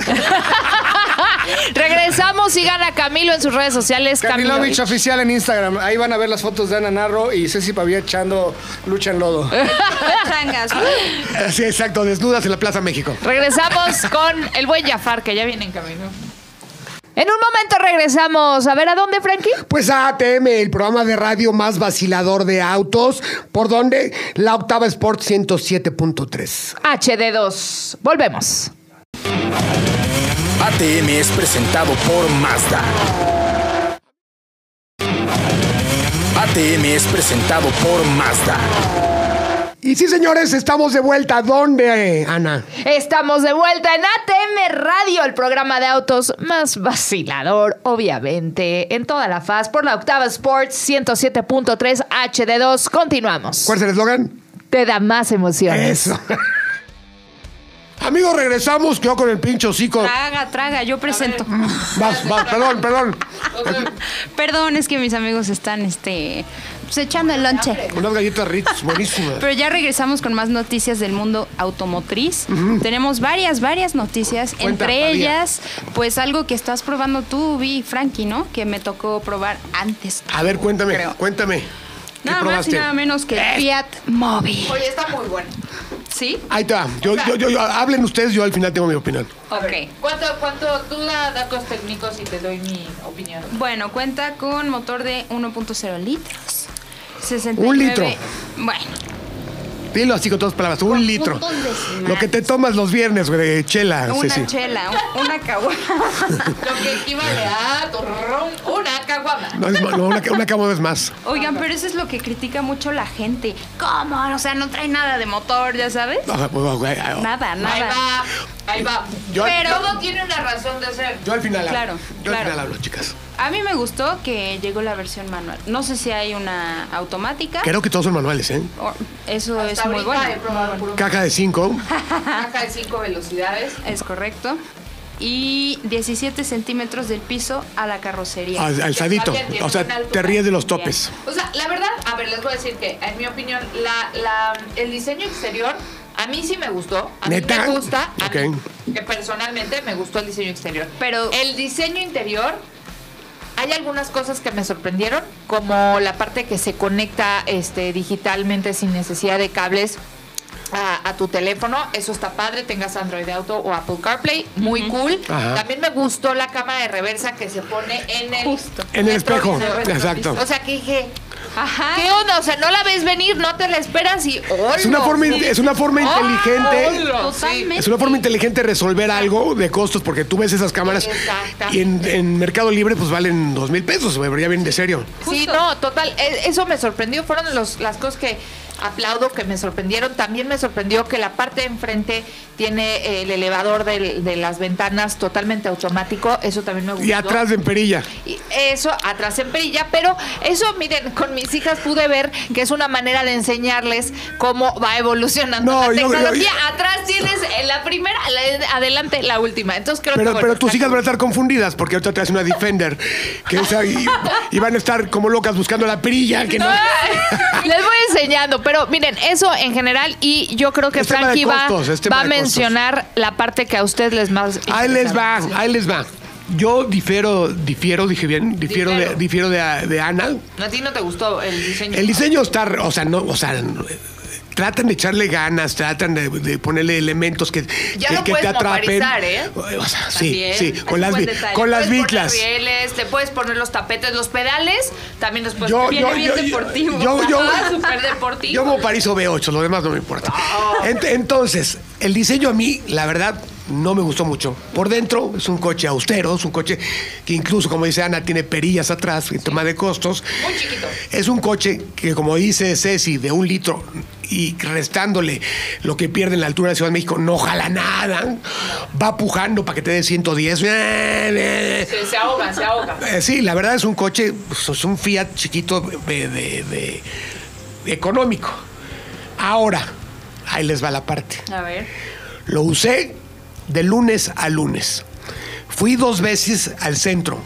Regresamos, sigan a Camilo en sus redes sociales. Camilo. Camilovich oficial en Instagram. Ahí van a ver las fotos de Ana Narro y Ceci Pavía echando lucha en lodo. Changas. sí, exacto, desnudas en la Plaza México. Regresamos con el buen Jafar, que ya viene en camino. En un momento regresamos. A ver, ¿a dónde, Frankie? Pues a ATM, el programa de radio más vacilador de autos, por donde la octava Sport 107.3. HD2. Volvemos. ATM es presentado por Mazda. ATM es presentado por Mazda. Y sí, señores, estamos de vuelta. ¿Dónde, Ana? Estamos de vuelta en ATM Radio, el programa de autos más vacilador, obviamente, en toda la faz, por la octava Sports 107.3 HD2. Continuamos. ¿Cuál es el eslogan? Te da más emociones. Eso. Amigos, regresamos. Quedó con el pincho hocico. Traga, traga, yo presento. Vas, vas, perdón, perdón. Perdón, es que mis amigos están este pues, echando el lonche. Unas galletas Ritz, buenísimas. Pero ya regresamos con más noticias del mundo automotriz. Tenemos varias, varias noticias. Cuenta, entre Pavía. ellas, pues algo que estás probando tú, Vi, Frankie, ¿no? Que me tocó probar antes. A ver, cuéntame, Creo. cuéntame. ¿Qué Nada más y probaste? Eh. nada menos que el Fiat Mobi. Oye, está muy bueno. ¿Sí? Ahí está. Yo, yo, yo, yo- hablen ustedes, yo al final tengo mi opinión. Ok. ¿Cuánto, cuánto tú da datos técnicos y te doy mi opinión? Bueno, cuenta con motor de 1.0 litros. 69. Un litro. Bueno, Dilo así con todas palabras. Un litro. montón de Lo que te tomas los viernes, güey, de chela. Ah, sí, una sí. chela, un- una caguama. Lo que equivale a tu ron, una caguama. No, es, ma- no, una, una caguama es más. Oigan, pero eso es lo que critica mucho la gente. ¿Cómo? O sea, no trae nada de motor, ¿ya sabes? Ajá, pues, güey, ah, Nada, Ahí nada. va, ahí va. Yo- Pero todo tiene una razón de ser. Yo al final hablo. Claro, Yo al claro. final hablo, chicas. A mí me gustó que llegó la versión manual. No sé si hay una automática. Creo que todos son manuales, ¿eh? o- Eso Hasta es muy ahorita he bueno. probado puro Caja de cinco. caja de cinco velocidades. Es correcto. Y 17 centímetros del piso a la carrocería. al- Alzadito. Fabián tiene O sea, una altura. te ríes de los topes. O sea, la verdad, a ver, les voy a decir que, en mi opinión, la, la- el diseño exterior a mí sí me gustó. A ¿Neta? mí me gusta. a mí, Ok. que personalmente me gustó el diseño exterior. Pero- el diseño interior. Hay algunas cosas que me sorprendieron, como la parte que se conecta este, digitalmente sin necesidad de cables a, a tu teléfono. Eso está padre, tengas Android Auto o Apple CarPlay. Muy cool. Ajá. También me gustó la cámara de reversa que se pone en el, Justo. En el espejo, retrovisor. exacto. O sea, que dije, Ajá. ¿qué onda? O sea, no la ves venir, no te la esperas y... Es una ¡hola! forma, in- es una forma inteligente. Totalmente. Es una forma inteligente de resolver algo de costos, porque tú ves esas cámaras y en, en Mercado Libre pues valen dos mil pesos, güey, pero ya bien de serio. Sí, Justo. no, total. e- Eso me sorprendió. Fueron los, las cosas que aplaudo, que me sorprendieron. También me sorprendió que la parte de enfrente tiene eh, el elevador del- de las ventanas totalmente automático. Eso también me gustó. Y atrás de perilla. Y eso, atrás en perilla, pero eso, miren, con mis hijas pude ver que es una manera de enseñarles cómo va evolucionando No, la yo- yo- tecnología. Atrás tienes eh, la primera, la- adelante la última. Entonces creo Pero, que. pero tú tus hijas van a estar confundidas porque ahorita traes una Defender que esa, y, y van a estar como locas buscando la perilla que no. Ay, Les voy enseñando, pero miren, eso en general y yo creo que Es tema de Frankie va, costos, es tema va a de costos. mencionar la parte que a ustedes les más... Ahí les va, ahí les va. Yo difiero, difiero, dije bien, difiero, De, difiero Difiero. de, de Ana. A ti no te gustó el diseño. El diseño está, o sea, no, o sea, tratan de echarle ganas, tratan de, de ponerle elementos que, Ya que, lo que puedes te atrapen. motorizar, ¿eh? O sea, sí, También, sí, es con un las, buen vi- detalle. con las Puedes poner biclas. rieles, te puedes poner los tapetes, los pedales, también los puedes Yo- Viene yo- bien yo- yo- deportivo. yo- yo- Ah, súper deportivo. Yo París o B8, lo demás no me importa. Ah. Ent- entonces, el diseño a mí, la verdad, no me gustó mucho. Por dentro es un coche austero, es un coche que incluso, como dice Ana, tiene perillas atrás en tema de costos. Muy chiquito. Es un coche que, como dice Ceci, de un litro y restándole lo que pierde en la altura de Ciudad de México, no jala nada. Va pujando para que te dé 110. Se, se ahoga, se ahoga. Eh, sí, la verdad es un coche, pues, es un Fiat chiquito de, de- de- de económico. Ahora, ahí les va la parte. A ver. Lo usé de lunes a lunes. Fui dos veces al centro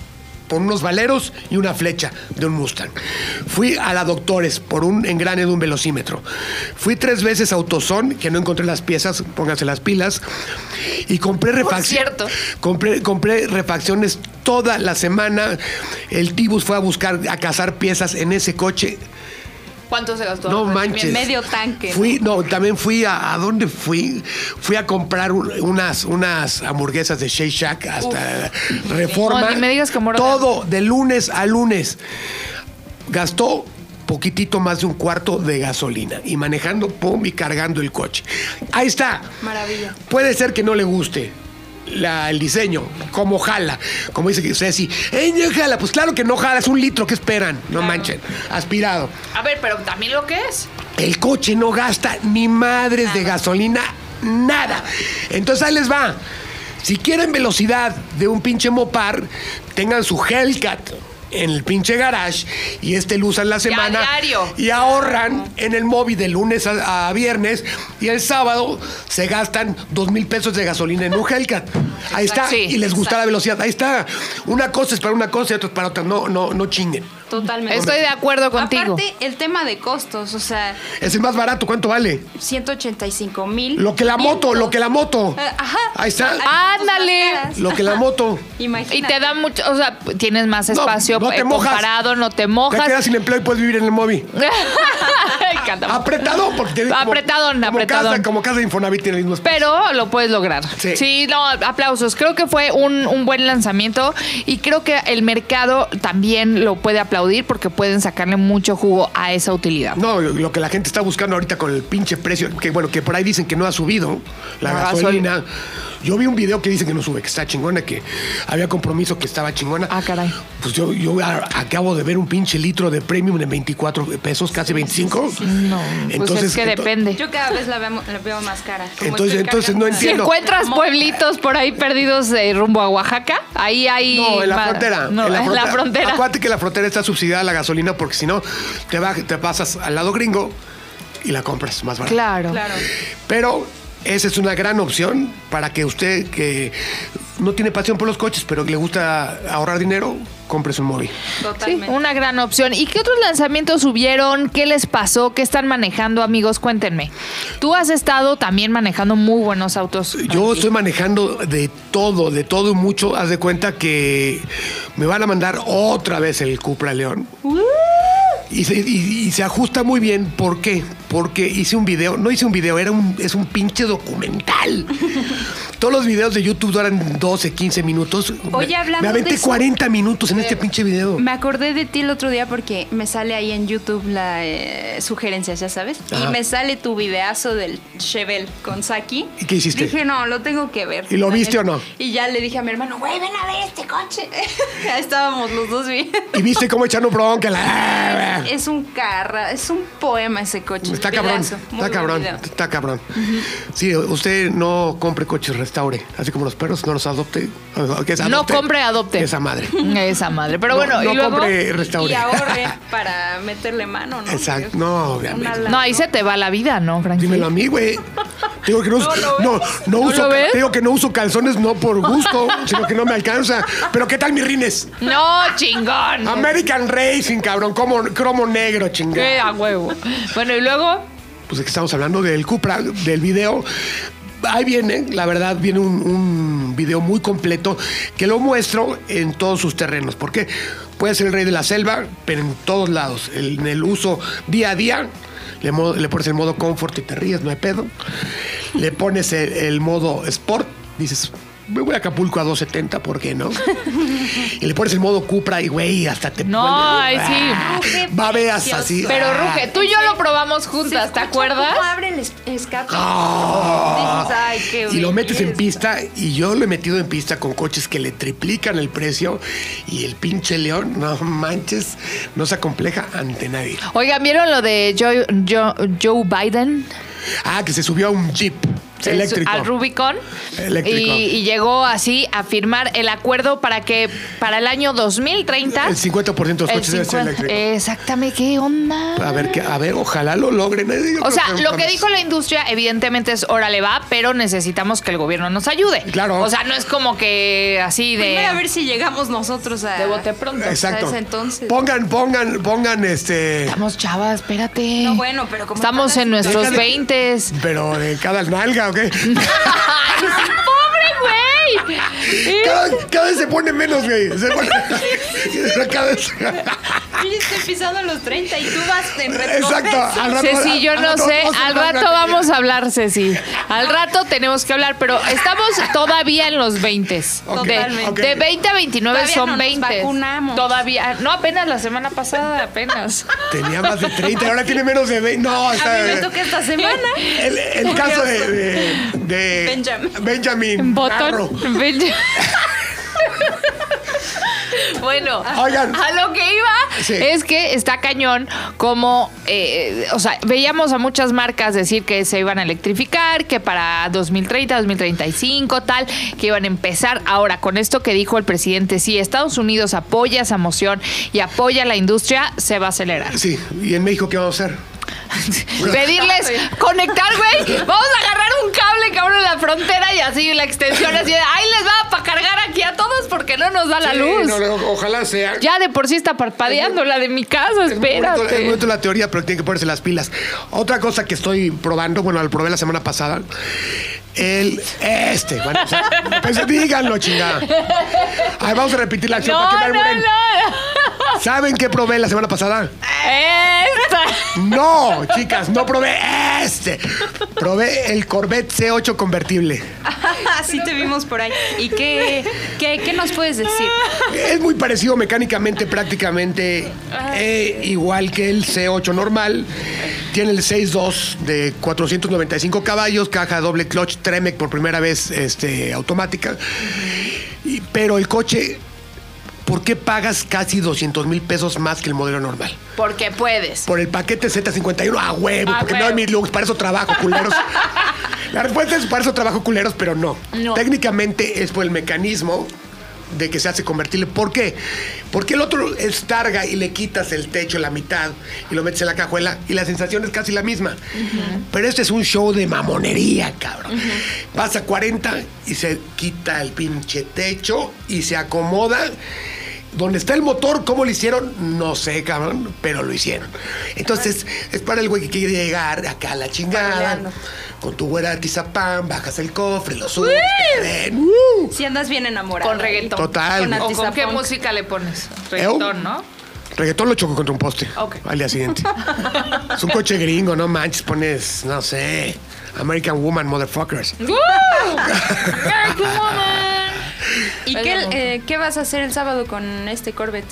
por unos valeros y una flecha de un Mustang. Fui a la Doctores por un engrane de un velocímetro. Fui tres veces a Autosón, que no encontré las piezas, pónganse las pilas. Y compré refacciones. cierto. Compré, compré refacciones toda la semana. El Tibus fue a buscar, a cazar piezas en ese coche. ¿Cuánto se gastó? No manches. Medio tanque. Fui, no, también fui a, ¿a dónde fui? Fui a comprar un- unas, unas hamburguesas de Shake Shack hasta Reforma. No, ni me digas que muero de Todo, de lunes a lunes. Gastó poquitito más de un cuarto de gasolina y manejando, pum, y cargando el coche. Ahí está. Maravilla. Puede ser que no le guste la- el diseño, como jala, como dice Ceci. ¡Ey, no jala! Pues claro que no jala, es un litro, ¿qué esperan? No manchen, aspirado. A ver, pero también lo que es. El coche no gasta ni madres de gasolina, nada. Entonces ahí les va. Si quieren velocidad de un pinche Mopar, tengan su Hellcat en el pinche garage y este lo usan la semana diario. y ahorran en el móvil de lunes a, a viernes y el sábado se gastan dos mil pesos de gasolina en un Hellcat. Ahí está. Sí, y les gusta la velocidad. Ahí está. Una cosa es para una cosa y otra es para otra. No, no, no chinguen. Totalmente. Estoy de acuerdo contigo. Aparte, el tema de costos, o sea, Es el más barato. ¿Cuánto vale? 185 mil. Lo que la moto, lo que la moto. Eh, ajá. Ahí está. Ah, Ándale. Lo que la moto. Imagínate. Y te da mucho, o sea, tienes más No, espacio no te eh, mojas. comparado, no te Te mojas. quedas sin empleo y puedes vivir en el móvil. Canta. Apretado, porque tiene como- Apretadón, como apretadón. Casa, como casa de Infonavit tiene el mismo espacio. Pero lo puedes lograr. Sí. Sí. no, aplausos. Creo que fue un, un buen lanzamiento y creo que el mercado también lo puede aplaudir porque pueden sacarle mucho jugo a esa utilidad. No, lo que la gente está buscando ahorita con el pinche precio, que bueno, que por ahí dicen que no ha subido la La gasolina. gasolina. Yo vi un video que dicen que no sube, que está chingona, que había compromiso que estaba chingona. Ah, caray. Pues yo, yo a- acabo de ver un pinche litro de premium de 24 pesos, casi 25. No, pues es que ento- depende. Yo cada vez la veo, la veo más cara. Como Entonces- estoy entonces cargando no una- Si entiendo. encuentras pueblitos por ahí perdidos de rumbo a Oaxaca, ahí hay... No, en la ma- frontera. No, en la frontera. Acuérdate que la frontera está subsidiada la gasolina porque si no, te, va- te pasas al lado gringo y la compras más barata. Claro. Claro. Pero esa es una gran opción para que usted que no tiene pasión por los coches, pero que le gusta ahorrar dinero, compres un móvil. Sí, Totalmente. una gran opción. ¿Y qué otros lanzamientos hubieron? ¿Qué les pasó? ¿Qué están manejando, amigos? Cuéntenme. Tú has estado también manejando muy buenos autos. Yo estoy manejando de todo, de todo y mucho. Haz ¡Uh! de cuenta que me van a mandar otra vez el Cupra León. Y se, y- y se ajusta muy bien. ¿Por qué? Porque hice un video. No hice un video, era un, es un pinche documental. Todos los videos de YouTube duran 12, 15 minutos. Oye, Me- hablando Me aventé de eso- 40 minutos en este pinche video. Me acordé de ti el otro día porque me sale ahí en YouTube la eh, sugerencia, ya sabes. Ajá. Y me sale tu videazo del Chevel con Saki. ¿Y qué hiciste? Dije, no, lo tengo que ver. ¿Y lo viste o no? Y ya le dije a mi hermano, güey, ven a ver este coche. ahí estábamos los dos bien. Y viste cómo echando bronca. la- Es un carra, es un poema ese coche. Está cabrón, Videazo, muy está buen cabrón, video. está cabrón. Sí, usted no compre coches, restaure. Así como los perros, no los adopte. que es No adopte. compre, adopte. Esa madre. Esa madre. Pero No- bueno, no y luego. compre, restaure. Y ahorre para meterle mano, ¿no? Exacto, no, obviamente. Una lana. No, ahí se te va la vida, ¿no, Frankie? Dímelo a mí, güey. Te Digo que no, No lo no, ves. ¿No no uso, lo ves? te digo que no uso calzones no por gusto, sino que no me alcanza. Pero ¿qué tal mis rines? No, chingón. American Racing, cabrón, como cromo negro, Qué chingada. a huevo. Bueno, y luego. Pues es que estamos hablando del Cupra, del video. Ahí viene, la verdad, viene un, un video muy completo que lo muestro en todos sus terrenos. Porque puede ser el rey de la selva, pero en todos lados. El- en el uso día a día, le, mo- le pones el modo comfort y te ríes, no hay pedo. Le pones el, el modo sport, dices, me voy a Acapulco a 270, ¿por qué no? Y le pones el modo Cupra y, güey, hasta te No, ay, sí. Ah, Babeas así. Pero Ah. Ruge, tú y yo lo probamos Se juntas, ¿te escucha acuerdas? cómo abre el es- escape. Ah. Dices, "Ay, qué y lo metes en belleza". pista y yo lo he metido en pista con coches que le triplican el precio y el pinche león, no manches, no se acompleja ante nadie. Oigan, ¿vieron lo de Joe, Joe- Joe Biden? Ah, que se subió a un jeep eléctrico. Al Rubicon. Eléctrico. Y, y llegó así a firmar el acuerdo para que para el año 2030. El 50% de los el coches deben ser 50 eléctricos. Exactamente, ¿qué onda? A ver, que, a ver, ojalá lo logren. Eh, yo O creo sea, lo ojalá. que dijo la industria evidentemente es órale va, pero necesitamos que el gobierno nos ayude. Claro. O sea, no es como que así Primero a de ver si llegamos nosotros a. de bote pronto. Exacto. ¿sabes? Entonces. Pongan, pongan, pongan este. Estamos chavas, espérate. No, bueno, pero como Estamos está la en nuestros situación- veintes. Pero de cada nalga, ¿o qué? ¡Ay, pobre güey! Cada, cada vez se pone menos, güey. Se pone- cada vez. Yo ya estoy pisando los 30 y tú vas en retroceso. Exacto. Al rato, Ceci, al- yo al no rato sé. vamos a Al hablar rato una- vamos a hablar, Ceci. Al rato tenemos que hablar, pero estamos todavía en los 20. Ok, De, ok. de 20 a 29 Todavía son no nos 20. vacunamos. Todavía. No, apenas la semana pasada, apenas. Tenía más de 30, ahora tiene menos de 20. No, A mí me está. toca esta semana. El, el caso de, de, de- Benjamin. Benjamin Barro. Botón. Ven- bueno, Oigan. a lo que iba Sí. es que está cañón como, eh, o sea, veíamos a muchas marcas decir que se iban a electrificar, que para 2030, 2035, tal, que iban a empezar. Ahora, con esto que dijo el presidente, si Estados Unidos apoya esa moción y apoya la industria, se va a acelerar. Sí, ¿y en México qué vamos a hacer? Pues, Pedirles conectar, güey. Vamos a agarrar un cable, cabrón, en la frontera y así la extensión así de ahí les va para cargar aquí a todos porque no nos da la Sí, luz. no, no, ojalá sea. Ya de por sí está parpadeando la de mi casa, Es muy espérate. bonito eh, la teoría, pero tiene que ponerse las pilas. Otra cosa que estoy probando, bueno, lo probé la semana pasada. El este, bueno, o sea, pues díganlo, chingada. Ahí vamos a repetir la acción No, para que no, me alburen. no. ¿Saben qué probé la semana pasada? Esta. No, chicas, no probé este. Probé el Corvette C8 convertible. Así te vimos por ahí. ¿Y qué, qué, qué nos puedes decir? Es muy parecido mecánicamente, prácticamente eh, igual que el C8 normal. Tiene el 6.2 de 495 caballos, caja doble clutch Tremec por primera vez este, automática. Y- pero el coche, ¿por qué pagas casi 200 mil pesos más que el modelo normal? Porque puedes. Por el paquete Z51 a huevo, A porque no hay Ah, huevo. mis looks, para eso trabajo, culeros. La respuesta es para eso trabajo, culeros, pero no. No. Técnicamente es por el mecanismo de que se hace convertible. ¿Por qué? Porque el otro es targa y le quitas el techo, la mitad, y lo metes en la cajuela y la sensación es casi la misma. Pero este es un show de mamonería, cabrón. Pasa 40 y se quita el pinche techo y se acomoda. Donde está el motor, ¿cómo lo hicieron? No sé, cabrón, pero lo hicieron. Entonces, es para el güey que quiere llegar acá a la chingada. Paleando. Con tu güera tizapán, bajas el cofre, lo subes. te cadena, ¡uh! Si andas bien enamorado. Con reggaetón. Total. ¿O con Con qué Atizapón. ¿Eh? música le pones? Reggaetón, ¿no? Reggaetón lo chocó contra un poste. Ok. Al día siguiente. es un coche gringo, no manches, pones, no sé, American Woman, motherfuckers. ¿Y qué, eh, qué vas a hacer el sábado con este Corvette?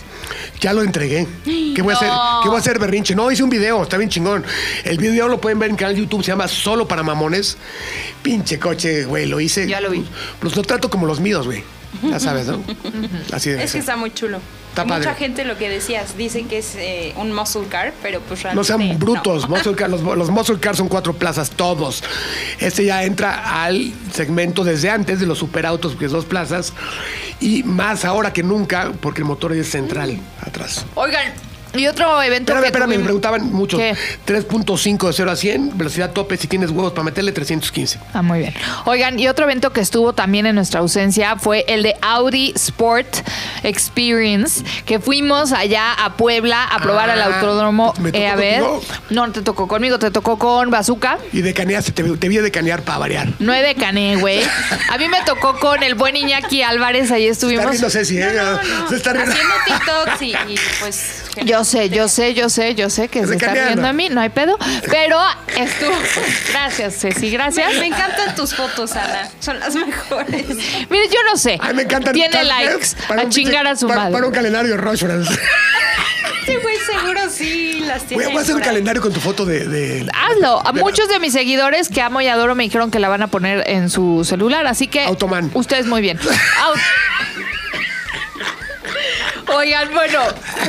Ya lo entregué. ¿Qué voy a hacer? ¿Qué voy a hacer, berrinche? No, hice un video, está bien chingón. El video lo pueden ver en el canal de YouTube, se llama Solo para Mamones. Pinche coche, güey, lo hice. Ya lo vi. Los no trato como los míos, güey. Ya sabes, ¿no? Así de Es que está muy chulo. Está Mucha padre. gente lo que decías, dice que es eh, un muscle car, pero pues No realmente. sean brutos. Muscle car- los, los muscle cars son cuatro plazas, todos. Este ya entra al segmento desde antes de los superautos, que es dos plazas. Y más ahora que nunca, porque el motor es central atrás. Oigan, y otro evento Espérame, que espérame, me tuvimos- preguntaban muchos. ¿Qué? 3.5 de 0 a 100, velocidad tope, si tienes huevos para meterle 315. Ah, muy bien. Oigan, y otro evento que estuvo también en nuestra ausencia fue el de Audi Sport Experience, que fuimos allá a Puebla a probar Ah, el autódromo. ¿me tocó eh, a ver, contigo? no, no te tocó conmigo, te tocó con Bazooka. Y decaneaste, te, te vi decanear para variar. No he de cané, güey. A mí me tocó con el buen Iñaki Álvarez, ahí Está estuvimos. riendo Ceci, ¿eh? Se está riendo. Haciendo TikToks y, y, pues. Yo sé, yo sé, yo sé, yo sé que se está Recaneando. riendo a mí, no hay pedo. Pero estuvo. Gracias, Ceci, gracias. Me encantan tus fotos, Ana. Son las mejores. Mire, yo no sé. Ay, me encanta. Tiene likes. A chingar a su para, madre. Para un calendario Rochefort. Este güey seguro sí las tiene. Voy a hacer un por ahí. calendario con tu foto de. de- Ah. Hazlo. A muchos de mis seguidores que amo y adoro me dijeron que la van a poner en su celular, así que. Automan. Ustedes muy bien. Au- Oigan, bueno,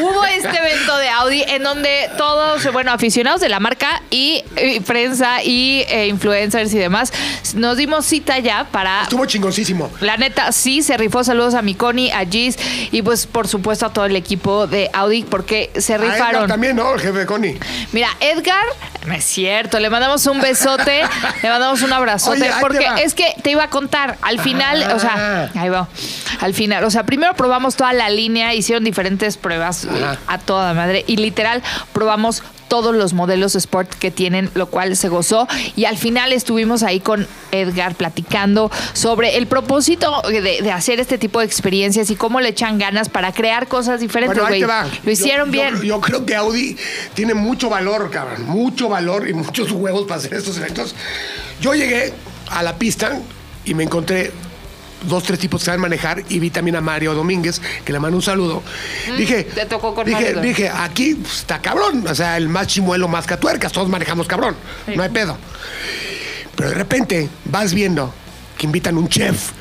hubo este evento de Audi en donde todos, bueno, aficionados de la marca y, y prensa y eh, influencers y demás, nos dimos cita ya para Estuvo chingoncísimo. la neta, sí, se rifó. Saludos a mi Connie, a Gis y pues por supuesto a todo el equipo de Audi porque se A Edgar rifaron. también, Ah, ¿no? El jefe de Connie. Mira, Edgar, no es cierto, le mandamos un besote, le mandamos un abrazote, Oye, ahí te porque va. Ah. es que te iba a contar, al final, o sea, ahí va, al final, o sea, primero probamos toda la línea, hicieron diferentes pruebas eh, Ajá. a toda madre y literal probamos todos los modelos Sport que tienen, lo cual se gozó y al final estuvimos ahí con Edgar platicando sobre el propósito de, de hacer este tipo de experiencias y cómo le echan ganas para crear cosas diferentes, Bueno, güey. ahí te va. Lo hicieron Yo- yo- bien. Yo, creo que Audi tiene mucho valor, cabrón. Mucho valor y muchos huevos para hacer estos eventos. Yo llegué a la pista y me encontré dos, tres tipos que saben manejar y vi también a Mario Domínguez, que le mando un saludo. dije, Mm, te tocó con dije, Mario. dije, aquí pues, está cabrón. O sea, el más chimuelo, más catuercas. Todos manejamos cabrón. No hay pedo. Pero de repente vas viendo que invitan un chef,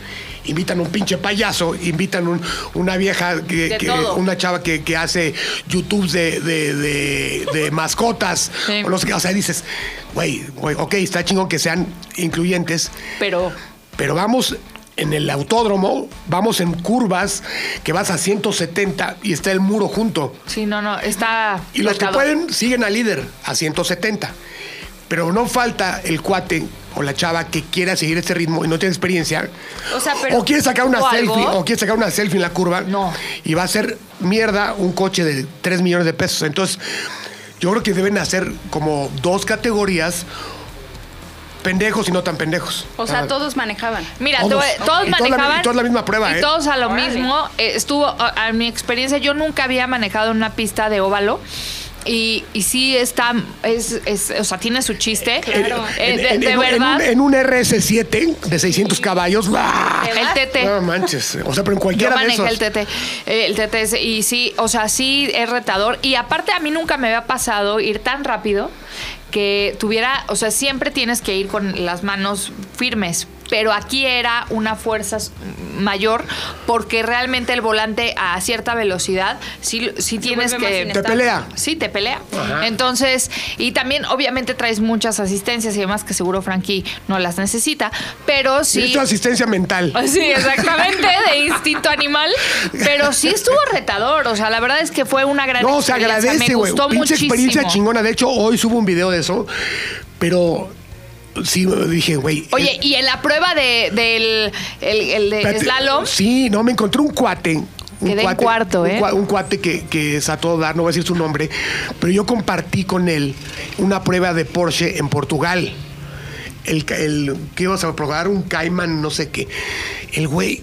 invitan un pinche payaso, invitan un- una vieja, que, De que- todo. una chava que, que hace YouTube de, de- de- de mascotas. Sí. O, no sé qué. o sea, dices, güey, güey, ok, está chingón que sean incluyentes, Pero pero vamos en el autódromo, vamos en curvas que vas a 170 y está el muro junto. Sí, no, no, está. Y los que retador. pueden siguen al líder a 170. Pero no falta el cuate o la chava que quiera seguir este ritmo y no tiene experiencia. O sea, pero- quiere sacar una ¿o selfie. algo? O quiere sacar una selfie en la curva. No. Y va a ser mierda un coche de 3 millones de pesos. Entonces, yo creo que deben hacer como dos categorías pendejos y no tan pendejos. O sea, Ah. todos manejaban. Mira, Todos. todos, todos Y todos la- y manejaban. todos la misma prueba, y ¿eh? todos a lo Órale. mismo. Eh, estuvo, a, a mi experiencia, yo nunca había manejado en una pista de óvalo. Y, y sí está, es, es- o sea, tiene su chiste. Claro. Eh, En- de en- de en un- en verdad, un- En un, RS7 de 600 caballos. ¡buah! el tete. No manches. O sea, pero en Yo cualquiera de manejé esos. el TT. eh, El TT, es- y sí, o sea, sí es retador. Y aparte, a mí nunca me había pasado ir tan rápido que tuviera, o sea, siempre tienes que ir con las manos firmes. Pero aquí era una fuerza s- mayor porque realmente el volante a cierta velocidad sí, sí tienes vuelve más que... inestable. Te pelea. Sí, te pelea. Entonces, y también obviamente traes muchas asistencias y demás que seguro Frankie no las necesita, pero sí... Y esto es asistencia mental. Sí, exactamente, de instinto animal. Pero sí estuvo retador. O sea, la verdad es que fue una gran No, se experiencia. agradece, Me güey. gustó Pinche experiencia muchísimo. chingona. De hecho, hoy subo un video de eso. Pero sí, dije, güey. Oye, eh, y en la prueba de, del el, el de espérate, slalom, Sí, no, me encontré un cuate. Un Quedé en cuarto, un ¿eh? cua- Un cuate que, que es a todo dar, no voy a decir su nombre, pero yo compartí con él una prueba de Porsche en Portugal. El, ca- el que íbamos a probar un Cayman, no sé qué. El güey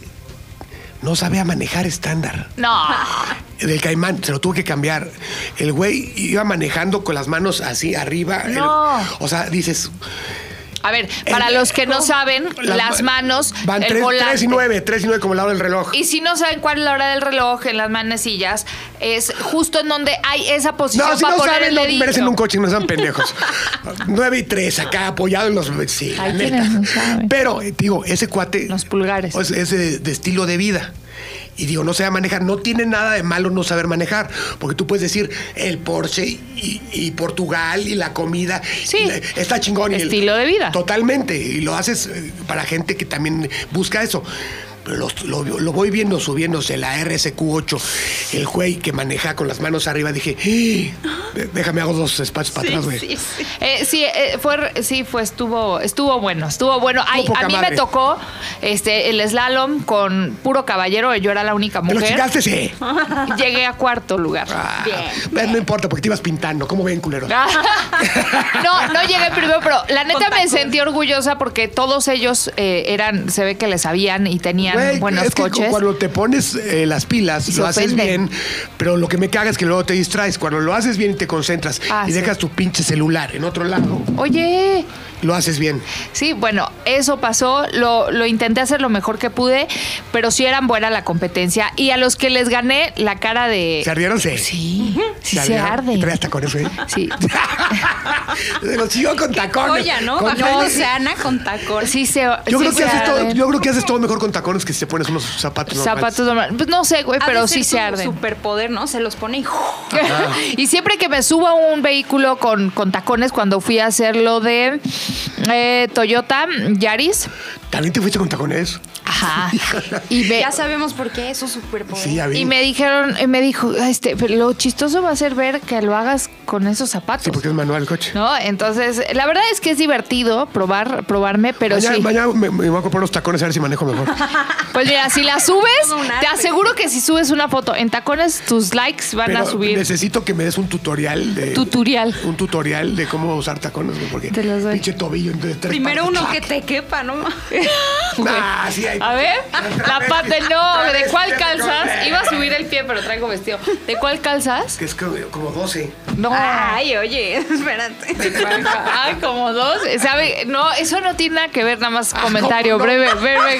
no sabía manejar estándar. no. del caimán, se lo tuvo que cambiar. El güey iba manejando con las manos así arriba. el- No. o sea, dices. A ver, para el- los que no ¿cómo? saben, las ma- manos, Van el 3, volante. y 9, 3 y 9 como la hora del reloj. Y si no saben cuál es la hora del reloj en las manecillas, es justo en donde hay esa posición No, si para no poner saben, el no dedito. merecen un coche, no sean pendejos. 9 y 3 acá apoyado en los. Sí, la Hay neta. quienes no saben. Pero, eh, digo, ese cuate. Los pulgares. o Es, es de, de estilo de vida. Y digo, no sabe manejar. No tiene nada de malo no saber manejar. Porque tú puedes decir el Porsche y, y Portugal y la comida. Sí. y la- está chingón. y el- Estilo de vida. Totalmente. Y lo haces eh, para gente que también busca eso. Pero los- lo, lo voy viendo subiéndose la RSQ8. El güey que maneja con las manos arriba. Dije, "Ah, déjame hago dos espacios para atrás, güey. Eh, sí, eh, fue, sí, fue, estuvo, estuvo bueno, estuvo bueno. Ay, poca a mí madre. me tocó este el slalom con puro caballero, yo era la única ¿Te lo mujer. Ah, chingaste? Sí. Llegué a cuarto lugar. Ah, pero no importa porque te ibas pintando. ¿Cómo ven, culeros? No, no llegué primero, pero la neta me sentí orgullosa porque todos ellos eh, eran, se ve que les sabían y tenían Güey, buenos es que coches. cuando te pones eh, las pilas, Y se lo haces ofenden. bien, pero lo que me caga es que luego te distraes. Cuando lo haces bien y te concentras Ah, y sí. dejas tu pinche celular en otro lado, Oye, lo haces bien. Sí, bueno, eso pasó, lo, lo intenté hacer lo mejor que pude, pero sí eran buena la competencia. Y a los que les gané, la cara de... ¿Se ardieron? Sí. Eh, Sí, sí se, ardieron. arde. Y traías tacones, güey. Sí. Se los siguió con tacones. Oye, ¿no? Oh, Con- Bajando Oceana con tacón. Sí se, yo, creo sí que se haces arden. todo, yo creo que haces todo mejor con tacones que si te pones unos zapatos normales. Zapatos normales. Pues no sé, güey, Ha pero de sí ser se tu arden. superpoder, ¿no? Se los pone y... Ah. y siempre que me subo a un vehículo con, con tacones, cuando fui a hacer lo de eh, Toyota Yaris, ¿También te fuiste con tacones? ajá, y me, Ya sabemos por qué es su superpoder. Sí, ya vi. Y me dijeron, y me dijo, este, pero lo chistoso va a ser ver que lo hagas con esos zapatos. Sí, porque es manual el coche. ¿No? Entonces, la verdad es que es divertido probar, probarme, pero mañana sí. mañana me, me voy a comprar unos tacones a ver si manejo mejor. Pues mira, si la Todo un subes, arte. te aseguro que si subes una foto en tacones, tus likes van Pero a subir. necesito que me des un tutorial de... Tutorial. un tutorial de cómo usar tacones, güey, porque Te los doy. pinche tobillo entre tres Primero partes, uno ¡chac! que te quepa, ¿no? Ah, sí, hay- A ver, Otra la vez, parte otra no, ¿de vez, cuál ya te calzas? acordé. Iba a subir el pie, pero traigo vestido. ¿De cuál calzas? Que es como, como 12. No. Ah. Ay, oye, espérate. Ay, como dos. ¿Sabe? No, eso no tiene nada que ver, nada más comentario Ah, ¿cómo no? breve, breve.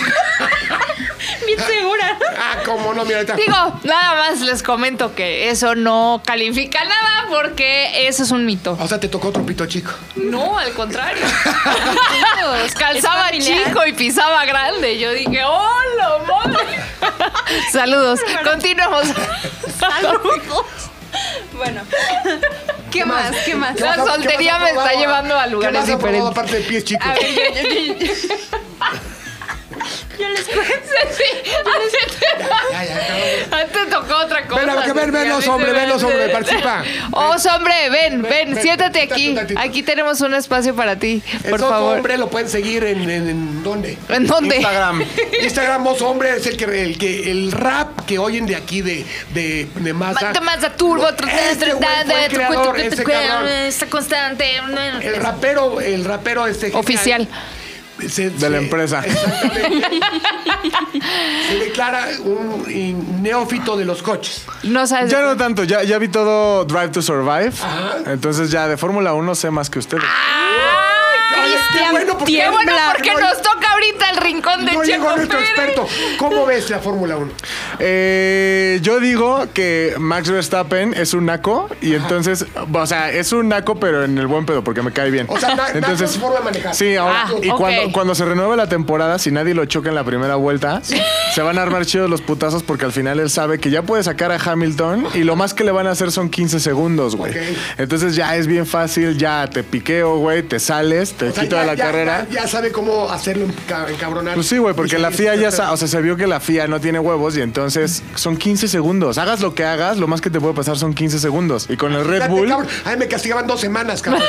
Bien segura. Ah, como no, mira, ahorita. Digo, nada más les comento que eso no califica nada porque eso es un mito. O sea, te tocó otro pito chico. No, al contrario. Calzaba Es familiar. chico y pisaba grande. Yo dije, ¡oh, lo mole! Saludos. Continuamos. Bueno. ¿Qué más? ¿Qué más? La ¿Qué vas a- soltería qué vas a me está probar? llevando a lugares ¿Qué vas probar diferentes. aparte de pies chicos. A ver, yo, yo- yo- yo les cuento. Ya, ya, cabrón. Antes tocó otra cosa. Ven, ven, ven, Cecilia, venos, dice, hombre, venos, hombre, participa. Oh, hombre, ven, ven, ven, siéntate siéntate aquí. un ratito. Aquí tenemos un espacio para ti, por Esos favor. hombre lo pueden seguir en, en- en dónde? ¿En dónde? Instagram. Instagram, Oso hombre, es el que el que el rap que oyen de aquí de de, de masa. Mata más a turbo, Este güey fue el creador, ese cabrón. está constante. El rapero, el rapero este genial, Oficial. se- De se- la empresa. Exactamente. se declara un in- neófito de los coches. No sabes. Ya no tanto, ya, ya vi todo Drive to Survive. Entonces ya de Fórmula 1 sé más que ustedes. Ah, Oye, Cristian, qué bueno, porque- qué bueno tiembla. porque No- nos toca ahorita el rincón de No llegó Checo nuestro Pérez. experto. ¿Cómo ves la Fórmula 1? Eh, yo digo que Max Verstappen es un naco y entonces, o sea, es un naco pero en el buen pedo porque me cae bien. O sea, na- naco es forma de manejar. Sí, ahora, Ah, y ok. cuando, cuando se renueve la temporada, si nadie lo choca en la primera vuelta, se van a armar chidos los putazos porque al final él sabe que ya puede sacar a Hamilton y lo más que le van a hacer son 15 segundos, güey. Ok. Entonces ya es bien fácil, ya te piqueo, güey, te sales, te O sea, quito de la carrera. Ya, ya sabe cómo hacerlo enca- encabronar. Pues sí, güey, porque la FIA ya sa- o sea, se vio que la FIA no tiene huevos y entonces son 15 segundos. Hagas lo que hagas, lo más que te puede pasar son 15 segundos. Y con el Red Espérate, Bull, cabrón. Ay, me castigaban dos semanas, cabrón.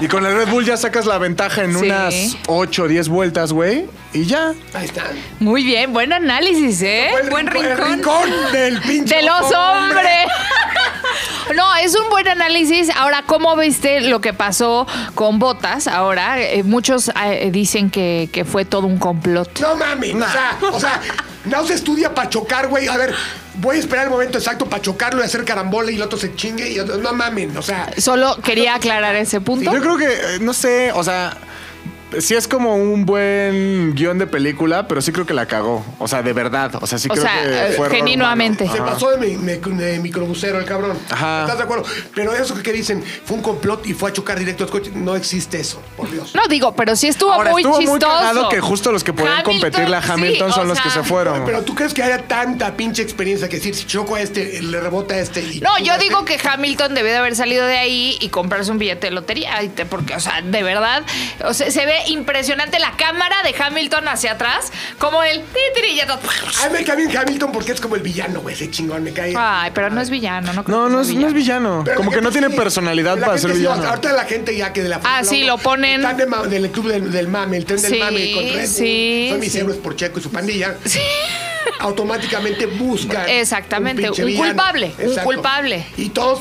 y con el Red Bull ya sacas la ventaja en Sí. unas 8 o 10 vueltas, güey, y ya. Ahí está. Muy bien, buen análisis, ¿eh? Fue el Buen El rincón. rincón del pinche. De los hombres. No, es un buen análisis. Ahora, ¿cómo viste lo que pasó con Botas? Ahora, Eh, muchos eh, dicen que, que fue todo un complot. No mames. O sea, o sea, no se estudia para chocar, güey. A ver, voy a esperar el momento exacto para chocarlo y hacer carambola y el otro se chingue y otro- no mamen, o sea, Solo quería aclarar ese punto. Yo creo que, eh, no sé, o sea, sí es como un buen guión de película, pero sí creo que la cagó. O sea, de verdad. O sea, sí O creo sea, eh, que fue error genuinamente. humano. se Ajá. pasó de, mi, mi- de microbusero el cabrón. Ajá. ¿Estás de acuerdo? Pero eso que dicen, fue un complot y fue a chocar directo al coche, no existe eso, por Dios. No digo, pero sí estuvo Ahora, muy estuvo muy chistoso. cagado que justo los que podían Hamilton, competirle a Hamilton sí, son o los que sea, se fueron. Pero tú crees que haya tanta pinche experiencia que decir, si choco a este, le rebota a este. y No, tú a yo este? digo que Hamilton debió de haber salido de ahí y comprarse un billete de lotería, y te- porque, o sea, de verdad, o sea, se ve impresionante la cámara de Hamilton hacia atrás, como el... ti, ti, ti, y todo. A mí me cae bien Hamilton porque es como el villano, güey, ese chingón, me cae. Ay, pero no es villano, no creo No, que no sea es, no es villano. Pero como la que no gente tiene sí, personalidad la para gente ser sí, villano. ahorita la gente ya que de la Fórmula Ah, sí, uno, lo ponen- Están de ma- del club del, del mame, el tren del Sí, mame con Red Bull, sí, Son mis sí. héroes por Checo y su pandilla. Automáticamente buscan. Exactamente, pinche un villano. culpable, un culpable. Y todos,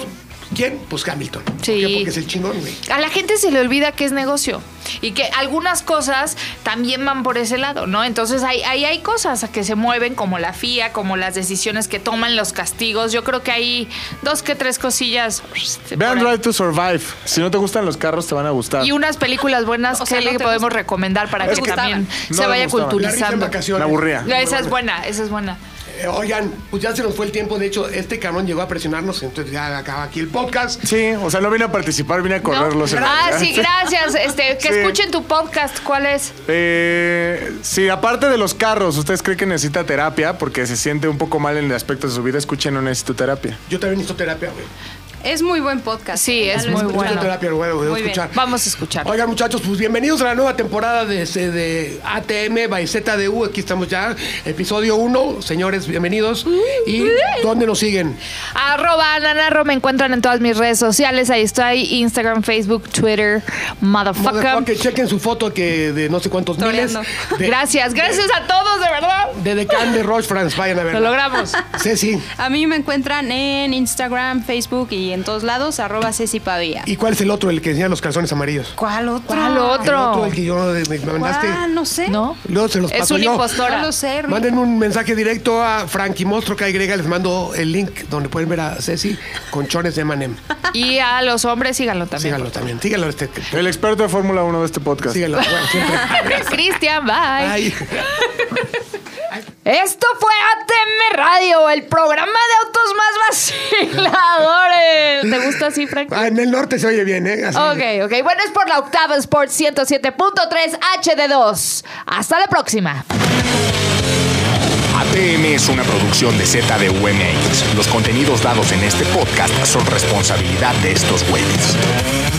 ¿quién? Pues Hamilton. ¿Por Sí. qué? Porque es el chingón, güey. A la gente se le olvida que es negocio y que algunas cosas también van por ese lado, ¿no? Entonces ahí hay, hay cosas que se mueven, como la FIA, como las decisiones que toman, los castigos. Yo creo que hay dos que tres cosillas. pues, Vean por ahí. Drive to Survive. Si no te gustan los carros, te van a gustar. Y unas películas buenas O que sea, no le te podemos gusta. recomendar para Es que, que también gustaban. No se me vaya La gustaban. risa en culturizando. vacaciones. Me aburría. No, esa es buena, esa es buena. Eh, Oigan, pues ya se nos fue el tiempo. De hecho, este cabrón llegó a presionarnos, entonces ya acaba aquí el podcast. Sí, o sea, no vine a participar, vine a correrlos. ¿No? en Ah, realidad. sí, gracias. Este, que Sí. escuchen tu podcast, ¿cuál es? Eh, sí, aparte de los carros, ¿ustedes creen que necesita terapia? Porque se siente un poco mal en el aspecto de su vida. Escuchen, no necesito terapia. Yo también necesito terapia, güey. Es muy buen podcast. Sí, Ya es lo muy escuché. bueno. Necesito terapia, güey, lo debo Muy bien. escuchar. Vamos a escuchar. Oigan, muchachos, pues bienvenidos a la nueva temporada de, de, de ATM by ZDU. Aquí estamos ya, episodio 1. Señores, bienvenidos. ¿Y dónde nos siguen? Arroba Nanarro, me encuentran en todas mis redes sociales. Ahí estoy, Instagram, Facebook, Twitter, Que motherfucker. chequen su foto que de no sé cuántos miles. Toreando. De, Gracias, gracias a todos, de verdad. De Decan de Roche France, vayan a Lo verla. logramos. Ceci, A mí me encuentran en Instagram, Facebook y en todos lados, arroba Ceci Pavía. ¿y cuál es el otro, el que enseña los calzones amarillos? ¿Cuál otro? ¿Cuál otro? El otro, el que yo me me mandaste. ¿Cuál? Ah, No sé. ¿No? Luego se los Es paso un yo. impostor. No lo sé. Rui. Manden un mensaje directo a Frankie Mostro KY, les mando el link donde pueden ver a Ceci con chones de Manem. Y a los hombres, síganlo también. Síganlo también, síganlo este. El experto de Fórmula 1 de este podcast. Síganlo, bueno, siempre. Cristian, bye. Ay. Esto fue ATM Radio, el programa de autos más vaciladores. ¿Te gusta así, Frank? Ah, en el norte se oye bien, ¿eh? Así. Ok, ok. Bueno, es por la Octava Sports 107.3 HD2. Hasta la próxima. ATM es una producción de ZDUMX. Los contenidos dados en este podcast son responsabilidad de estos güeyes.